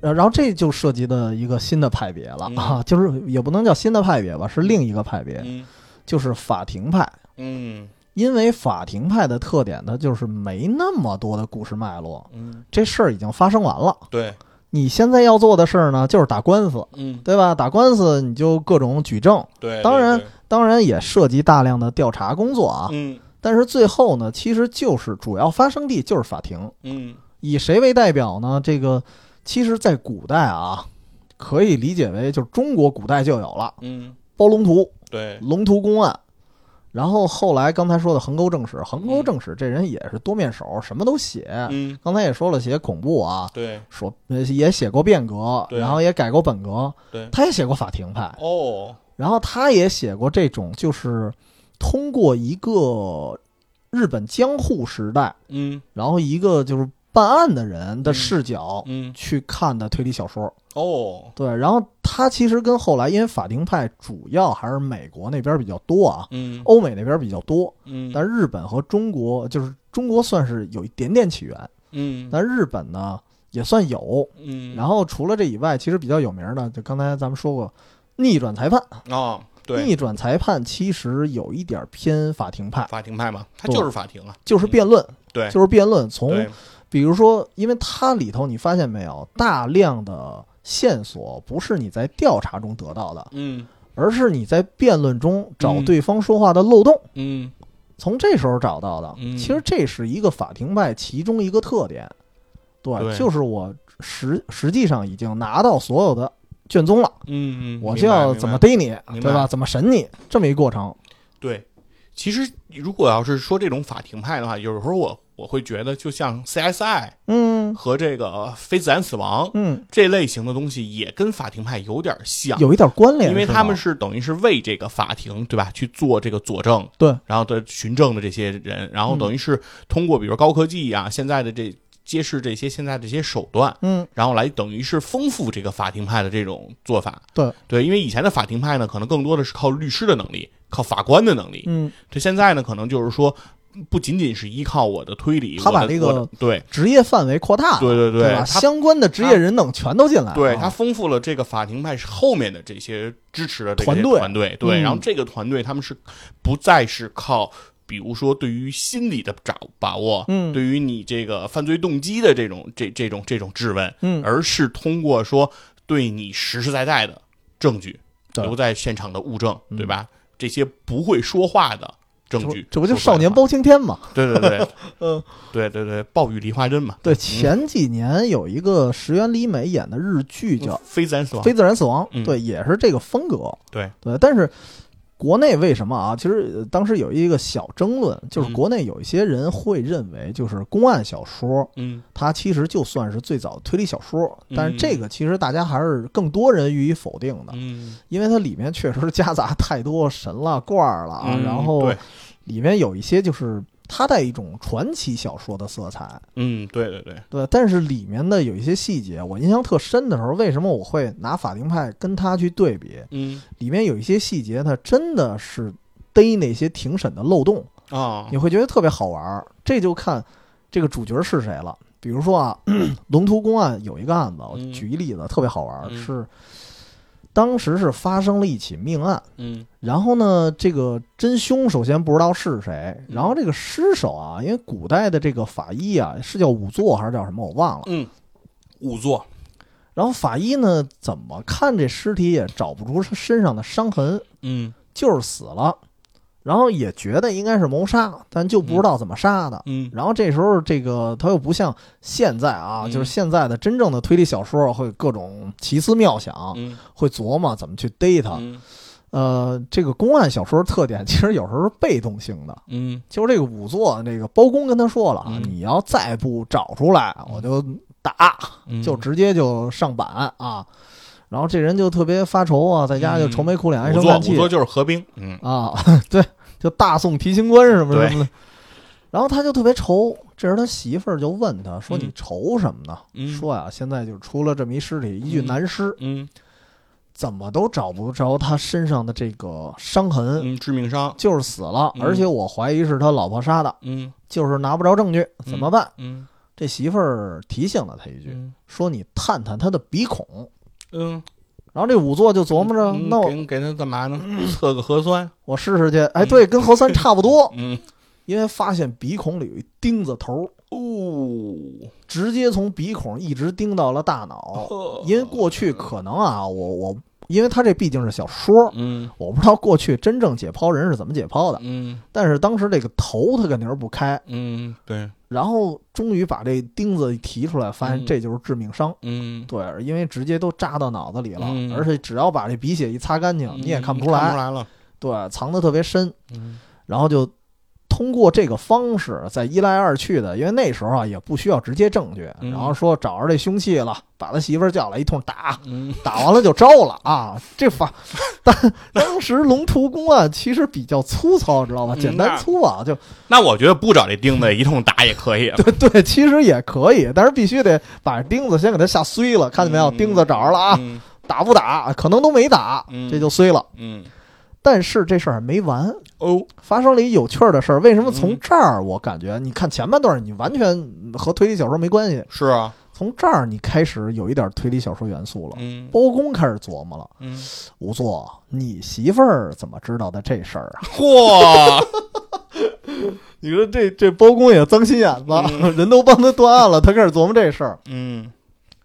呃然后这就涉及到一个新的派别了、嗯啊，就是也不能叫新的派别吧，是另一个派别，嗯就是法庭派。嗯因为法庭派的特点，它就是没那么多的故事脉络，嗯，这事儿已经发生完了。对，你现在要做的事儿呢，就是打官司，嗯对吧？打官司你就各种举证，对，当对然，对当然也涉及大量的调查工作啊。嗯但是最后呢，其实就是主要发生地就是法庭，嗯以谁为代表呢？这个其实，在古代啊，可以理解为就是中国古代就有了嗯，包龙图、对，龙图公案，然后后来刚才说的横沟正史，横沟正史这人也是多面手，什么都写。嗯刚才也说了，写恐怖啊，对说呃也写过变革，对然后也改过本格，对，他也写过法庭派，哦，然后他也写过这种，就是通过一个日本江户时代，嗯然后一个就是办案的人的视角嗯去看的推理小说。哦，对，然后他其实跟后来，因为法庭派主要还是美国那边比较多啊，嗯欧美那边比较多，嗯，但日本和中国就是中国算是有一点点起源，嗯但日本呢也算有。嗯，然后除了这以外，其实比较有名的，就刚才咱们说过，逆转裁判。哦，对，逆转裁判其实有一点偏法庭派，法庭派嘛，它对就是法庭啊，就是辩论，对就是辩论。从对，比如说，因为它里头你发现没有，大量的线索不是你在调查中得到的，嗯而是你在辩论中找嗯对方说话的漏洞，嗯从这时候找到的。嗯其实这是一个法庭派其中一个特点，对，对就是我实实际上已经拿到所有的卷宗了，嗯，我明就白要明怎白么逮你，明对吧？白怎么审你，这么一个过程。对，其实如果要是说这种法庭派的话，有时候我我会觉得，就像 CSI 嗯和这个非自然死亡嗯。这类型的东西，也跟法庭派有点像。有一点关联，因为是吗他们是等于是为这个法庭，对吧？去做这个佐证，对，嗯然后的询证的这些人，然后等于是通过比如高科技啊，现在的这揭示这些现在这些手段，嗯然后来等于是丰富这个法庭派的这种做法。对对，因为以前的法庭派呢，可能更多的是靠律师的能力，靠法官的能力。嗯，这现在呢，可能就是说，不仅仅是依靠我的推理，他把我的这个我的对职业范围扩大了，对对对吧？他相关的职业人等全都进来了，对啊他丰富了这个法庭派后面的这些支持的这个团队团队，对，嗯然后这个团队他们是不再是靠，比如说对于心理的掌把握，嗯对于你这个犯罪动机的这种这这种这种质问，嗯而是通过说对你实实在在的证据，对留在现场的物证，嗯对吧？这些不会说话的这证不据，这不就说出来少年的话？包青天嘛？对对对， 嗯，对对对，暴雨梨花针嘛，对，前几年有一个石原里美演的日剧叫嗯非自然死《亡，非自然死亡》，嗯对，也是这个风格，对对，但是。国内为什么啊？其实呃当时有一个小争论，就是嗯国内有一些人会认为，就是公案小说，嗯它其实就算是最早推理小说，但是嗯这个其实大家还是更多人予以否定的。嗯因为它里面确实夹杂太多神了、怪儿了啊，嗯然后对里面有一些就是它带一种传奇小说的色彩，嗯，对对对，对。但是里面的有一些细节，我印象特深的时候，为什么我会拿法庭派跟它去对比？嗯里面有一些细节，它真的是逮那些庭审的漏洞，啊你，会觉得特别好玩儿。这就看这个主角是谁了。比 如说啊，龙图公案有一个案子，我嗯举一例子，特别好玩儿，嗯是当时是发生了一起命案，嗯然后呢，这个真凶首先不知道是谁，嗯然后这个尸首啊，因为古代的这个法医啊是叫仵作还是叫什么我忘了，嗯，仵作，然后法医呢怎么看这尸体也找不出身上的伤痕，嗯就是死了，然后也觉得应该是谋杀，但就不知道怎么杀的。嗯然后这时候，这个他又不像现在啊，嗯就是现在的真正的推理小说会各种奇思妙想，嗯会琢磨怎么去逮他。嗯呃，这个公案小说特点其实有时候是被动性的，嗯就是这个仵作那个包公跟他说了啊，嗯你要再不找出来，我就打，嗯，就直接就上板啊。然后这人就特别发愁啊，在家就愁眉苦脸，唉嗯仵声作，叹仵气作就是何冰，嗯啊， 对，就大宋提刑官什么什么的。然后他就特别愁，这时候他媳妇儿就问他说：“嗯你愁什么呢？”嗯说呀、现在就出了这么一尸体，一具嗯男尸，嗯怎么都找不着他身上的这个伤痕，嗯，致命伤，就是死了，嗯而且我怀疑是他老婆杀的，嗯就是拿不着证据，怎么办？嗯这媳妇儿提醒了他一句，嗯说你探探他的鼻孔。嗯，然后这仵作就琢磨着，嗯那我给给他干嘛呢？测个核酸，我试试去。哎，嗯对，跟侯三差不多，嗯因为发现鼻孔里有一钉子头，哦，直接从鼻孔一直钉到了大脑。呵因为过去可能啊，我我，因为他这毕竟是小说，嗯我不知道过去真正解剖人是怎么解剖的，嗯但是当时这个头他肯定是不开，嗯，对，然后终于把这钉子一提出来，发现嗯这就是致命伤。嗯，对，因为直接都扎到脑子里了，嗯而且只要把这鼻血一擦干净，你也看不不出来。出来了，对，藏得特别深，嗯然后就通过这个方式再一来二去的，因为那时候啊也不需要直接证据，嗯然后说找着这凶器了，把他媳妇儿叫来一通打，嗯打完了就招了啊。这法，当当时龙图公案其实比较粗糙，知道吧？嗯简单那粗暴、就那我觉得不找这钉子一通打也可以。对对，其实也可以，但是必须得把钉子先给它吓碎了，看见没有？嗯钉子找着了啊，嗯打不打？可能都没打，嗯这就碎了。嗯，但是这事儿还没完，哦，发生了一有趣儿的事儿。为什么从嗯这儿我感觉，你看前半段你完全和推理小说没关系，是啊，从这儿你开始有一点推理小说元素了。嗯包公开始琢磨了，嗯，仵作，你媳妇儿怎么知道的这事儿啊？嚯，你说这这包公也脏心眼子，嗯人都帮他断案了，他开始琢磨这事儿，嗯，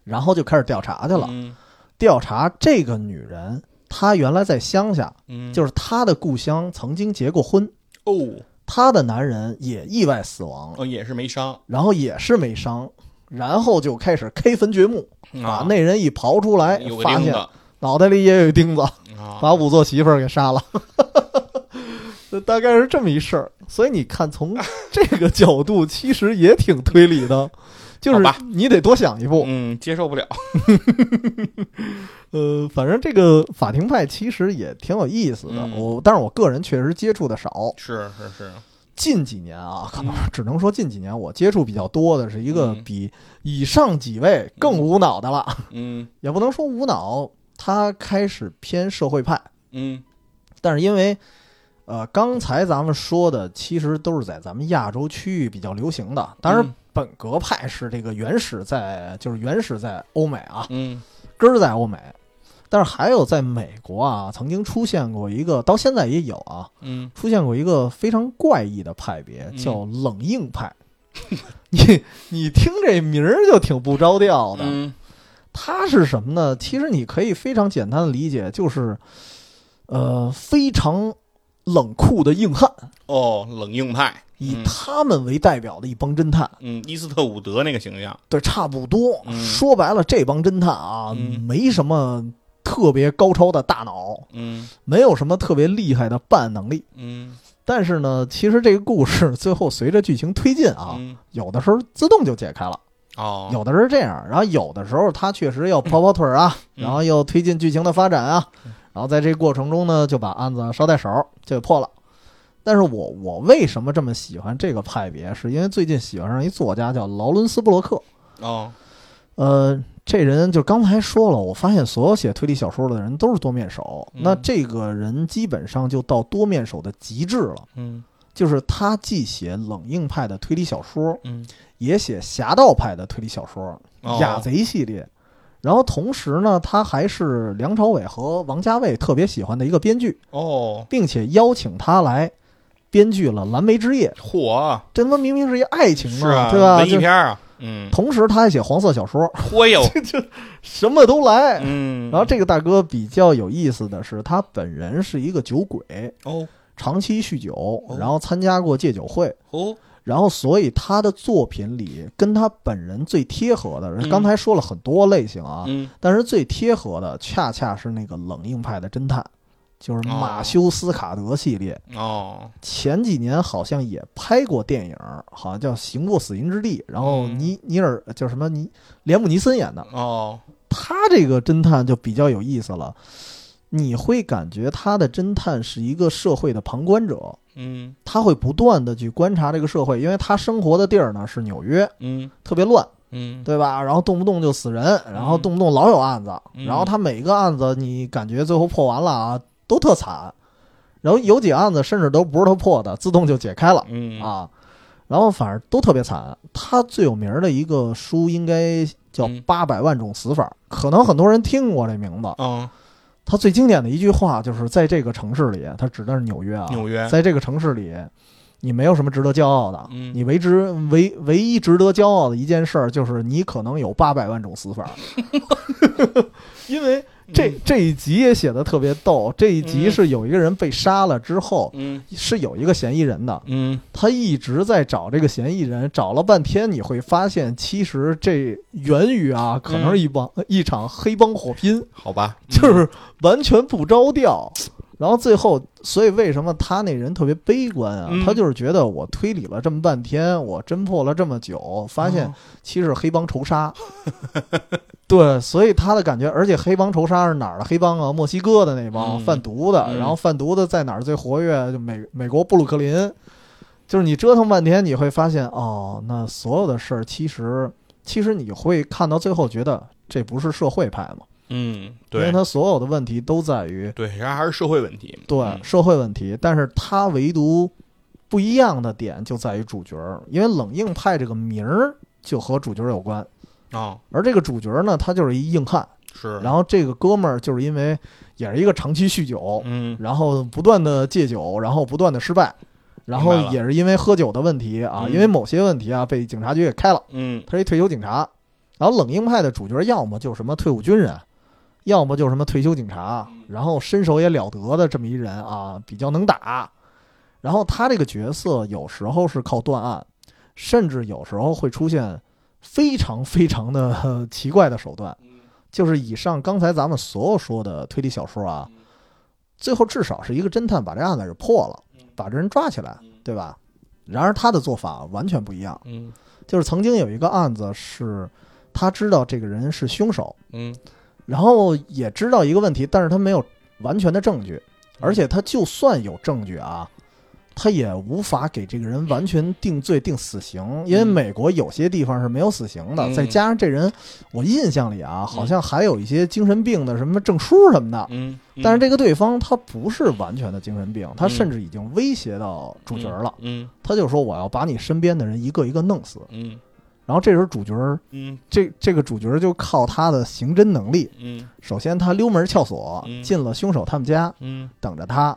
然后就开始调查去对了。调查这个女人，她原来在乡下，嗯，就是是她的故乡曾经结过婚，哦，她的男人也意外死亡了，哦，也是没伤，然后也是没伤，然后就开始 K 坟掘墓，把啊那人一刨出来，有个发钉现子脑袋里也有一钉子，啊，把仵作媳妇儿给杀了。 这大概是这么一事儿，所以你看， 从这个角度其实也挺推理的，就好是吧你得多想一步。嗯接受不了，呃，反正这个法庭派其实也挺有意思的，嗯我但是我个人确实接触的少。是是是，近几年啊，可能嗯只能说近几年我接触比较多的是一个嗯比以上几位更无脑的了， 嗯也不能说无脑，他开始偏社会派，嗯但是因为。呃，刚才咱们说的其实都是在咱们亚洲区域比较流行的，当然嗯本格派是这个原始在，就是原始在欧美啊，嗯根儿在欧美，但是还有在美国啊，曾经出现过一个，到现在也有啊，嗯，出现过一个非常怪异的派别，嗯叫冷硬 派。你你听这名儿就挺不着调的。嗯它是什么呢？其实你可以非常简单的理解，就是，呃，非常冷酷的硬汉，哦，冷硬派，以嗯他们为代表的一帮侦探。嗯，伊斯特伍德那个形象，对，差不多。嗯说白了，这帮侦探啊，嗯没什么特别高超的大脑，嗯没有什么特别厉害的办案能力。嗯但是呢，其实这个故事最后随着剧情推进啊，嗯有的时候自动就解开了，哦，有的是这样，然后有的时候他确实要跑跑腿儿啊，嗯然后又推进剧情的发展啊嗯，然后在这过程中呢，就把案子捎带手儿就给破了。但是我我为什么这么喜欢这个派别，是因为最近喜欢上一作家叫劳伦斯·布洛克，哦，呃，这人就刚才说了，我发现所有写推理小说的人都是多面手。嗯那这个人基本上就到多面手的极致了，嗯就是他既写冷硬派的推理小说，嗯，也写侠盗派的推理小说，哦雅贼系列，然后同时呢，他还是梁朝伟和王家卫特别喜欢的一个编剧，哦，并且邀请他来编剧了《蓝莓之夜》。嚯，这他妈明明是一爱情是嘛，啊，对吧？文艺就片儿啊，嗯，同时他还写黄色小说， 嚯 哟，什么都来。嗯，然后这个大哥比较有意思的是，他本人是一个酒鬼，哦长期酗酒，然后参加过戒酒会，哦，然后所以他的作品里跟他本人最贴合的，嗯刚才说了很多类型啊，嗯，但是最贴合的恰恰是那个冷硬派的侦探，就是马修斯卡德系列。哦，前几年好像也拍过电影，好像叫《行过死荫之地》，然后嗯尼尼尔叫什么尼连姆尼森演的，哦，他这个侦探就比较有意思了，你会感觉他的侦探是一个社会的旁观者，嗯他会不断的去观察这个社会，因为他生活的地儿呢是纽约，嗯特别乱，嗯，对吧？然后动不动就死人，然后动不动老有案子，嗯然后他每个案子你感觉最后破完了啊，都特惨，然后有几个案子甚至都不是他破的，自动就解开了嗯，啊，然后反正都特别惨。他最有名儿的一个书应该叫嗯《八百万种死法》，可能很多人听过这名字。嗯，他最经典的一句话就是在这个城市里，他指的是纽约啊，纽约，在这个城市里，你没有什么值得骄傲的。嗯你唯值唯唯一值得骄傲的一件事儿，就是你可能有八百万种死法。 因为这这一集也写的特别逗，这一集嗯是有一个人被杀了之后，嗯是有一个嫌疑人的，嗯他一直在找这个嫌疑人，找了半天，你会发现，其实这源于啊，可嗯能是一帮、一场黑帮火拼，好吧，就是完全不着调。然后最后，所以为什么他那人特别悲观啊？嗯他就是觉得我推理了这么半天，我侦破了这么久，发现哦其实是黑帮仇 杀。对，所以他的感觉，而且黑帮仇杀是哪儿的黑帮啊？墨西哥的那帮嗯贩毒的，嗯然后贩毒的在哪儿最活跃？就美美国布鲁克林。就是你折腾半天，你会发现哦，那所有的事儿其实其实你会看到最后，觉得这不是社会派嘛？嗯，因对为，他所有的问题都在于对，然后还是社会问题，对、嗯社会问题，但是他唯独不一样的点就在于主角儿，因为冷硬派这个名儿就和主角儿有关，哦，而这个主角儿呢，他就是一硬汉，是，然后这个哥们儿就是因为也是一个长期酗酒，嗯然后不断的戒酒，然后不断的失败，然后明白了也是因为喝酒的问题啊，嗯因为某些问题啊被警察局给开了。嗯他是一退休警察。然后冷硬派的主角要么就是什么退伍军人，要么就是什么退休警察，然后身手也了得的这么一人啊，比较能打。然后他这个角色有时候是靠断案，甚至有时候会出现非常非常的呃 奇怪的手段。就是以上刚才咱们所有说的推理小说啊，最后至少是一个侦探把这案子给破了，把这人抓起来，对吧？然而他的做法完全不一样。嗯就是曾经有一个案子是，他知道这个人是凶手，嗯然后也知道一个问题，但是他没有完全的证据，嗯而且他就算有证据啊，他也无法给这个人完全定罪定死刑，因为嗯美国有些地方是没有死刑的，嗯再加上这人，我印象里啊，好像还有一些精神病的什么证书什么的。嗯，但是这这个对方他不是完全的精神病，他甚至已经威胁到主角了。嗯他就说：“我要把你身边的人一个一个弄死。嗯”然后这时候主角嗯这这个主角就靠他的刑侦能力，嗯首先他溜门撬锁嗯进了凶手他们家，嗯，等着他，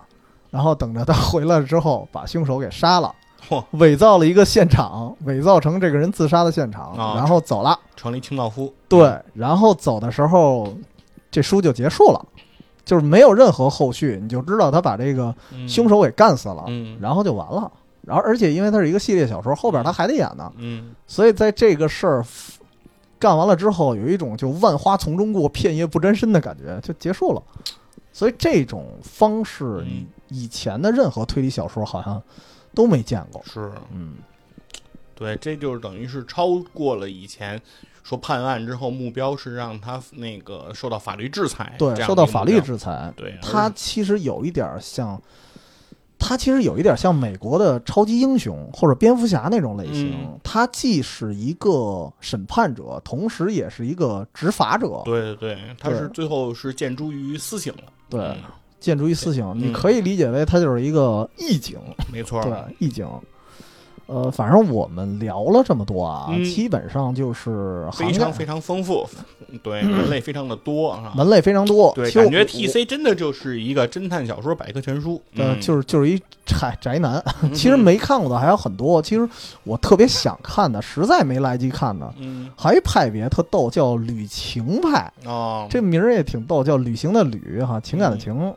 然后等着他 回来之后把凶手给杀了， 嚯，伪造了一个现场，伪造成这个人自杀的现场，啊然后走了。成立清道夫，对，然后走的时候，这书就结束了，就是没有任何后续，你就知道他把这个嗯凶，手给干死了，嗯然后就完了。然后，而且因为它是一个系列小说，后边他还得演呢，嗯所以在这个事儿干完了之后，有一种就万花丛中过，片叶不沾身的感觉，就结束了。所以这种方式，嗯你以前的任何推理小说好像都没见过。是，嗯，对，这就是等于是超过了以前说判案之后目标是让他那个受到法律制裁，对哎这，样受到的一个嗯法目律标，制裁，对，它而其实有一点像，它其实有一点像美国的超级英雄或者蝙蝠侠那种类型嗯。它既是一个审判者，同时也是一个执法者。对对对，他对是最后是建诸于私刑了，对嗯建筑一私刑，嗯你可以理解为它就是一个义警。没错，对，意境。呃，反正我们聊了这么多啊，嗯基本上就是非涵盖常非常丰富， 对，门类非常的多啊。门类非常多。对，其实我感觉我 T C 真的就是一个侦探小说百科全书，呃，嗯，就是就是一宅宅男，嗯其实，没看过的还有很多。其实我特别想看的，实在没来及看的，嗯，还有一派别特逗，叫旅情派，哦，这名儿也挺逗，叫旅行的旅哈，情嗯感的情、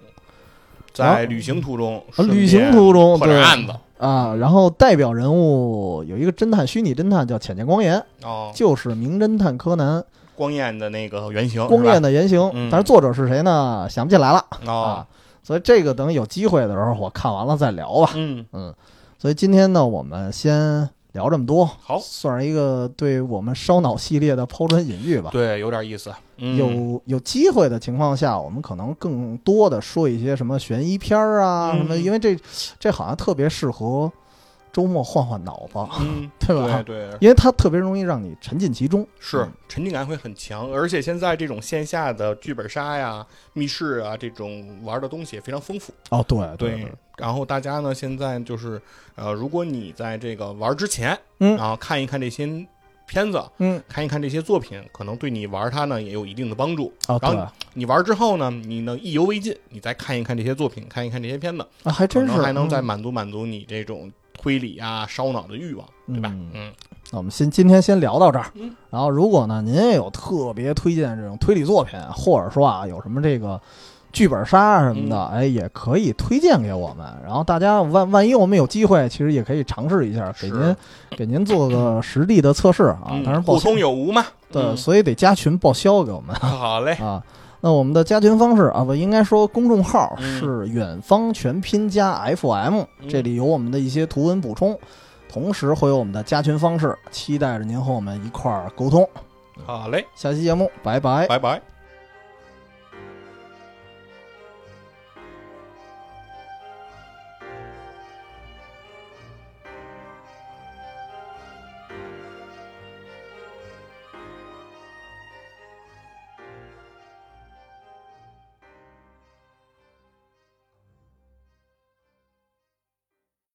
在旅行途中，啊顺便旅行途中破点对案子，啊。然后代表人物有一个侦探，虚拟侦探叫浅见光彦，哦，就是名侦探柯南光彦的那个原型，光彦的的原型哦嗯，但是作者是谁呢？想不起来了哦啊，。所以这个等有机会的时候，我看完了再聊吧。嗯，所以今天呢，我们先聊这么多，好，算是一个对我们烧脑系列的抛砖引玉吧。对，有点意思，嗯有有机会的情况下，我们可能更多的说一些什么悬疑片儿啊，嗯什么，因为这这好像特别适合周末换换脑子， 嗯，对吧对？对，因为它特别容易让你沉浸其中。是嗯沉浸感会很强，而且现在这种线下的剧本杀呀、密室啊这种玩的东西也非常丰富。哦，对对对，，然后大家呢，现在就是呃，如果你在这个玩之前，嗯然后看一看这些片子，嗯，看一看这些作品，可能对你玩它呢也有一定的帮助。哦对然后你玩之后呢，你能意犹未尽，你再看一看这些作品，看一看这些片子，啊，还可真是能还能再嗯满足满足你这种推理啊、烧脑的欲望，对吧？嗯嗯那我们先今天先聊到这儿嗯，然后如果呢您也有特别推荐这种推理作品，或者说啊有什么这个剧本杀啊什么嗯的，哎也可以推荐给我们。然后大家万万一我们有机会，其实也可以尝试一下，给是您给您做个实地的测试啊嗯。当然报互销通有无嘛。对，嗯所以得加群报销给我们好嘞，啊。那我们的加群方式啊，不应该说公众号嗯是远方全拼加 FM，、嗯这里有我们的一些图文补充，同时会有我们的加群方式，期待着您和我们一块儿沟通。好嘞，下期节目，拜拜。拜拜。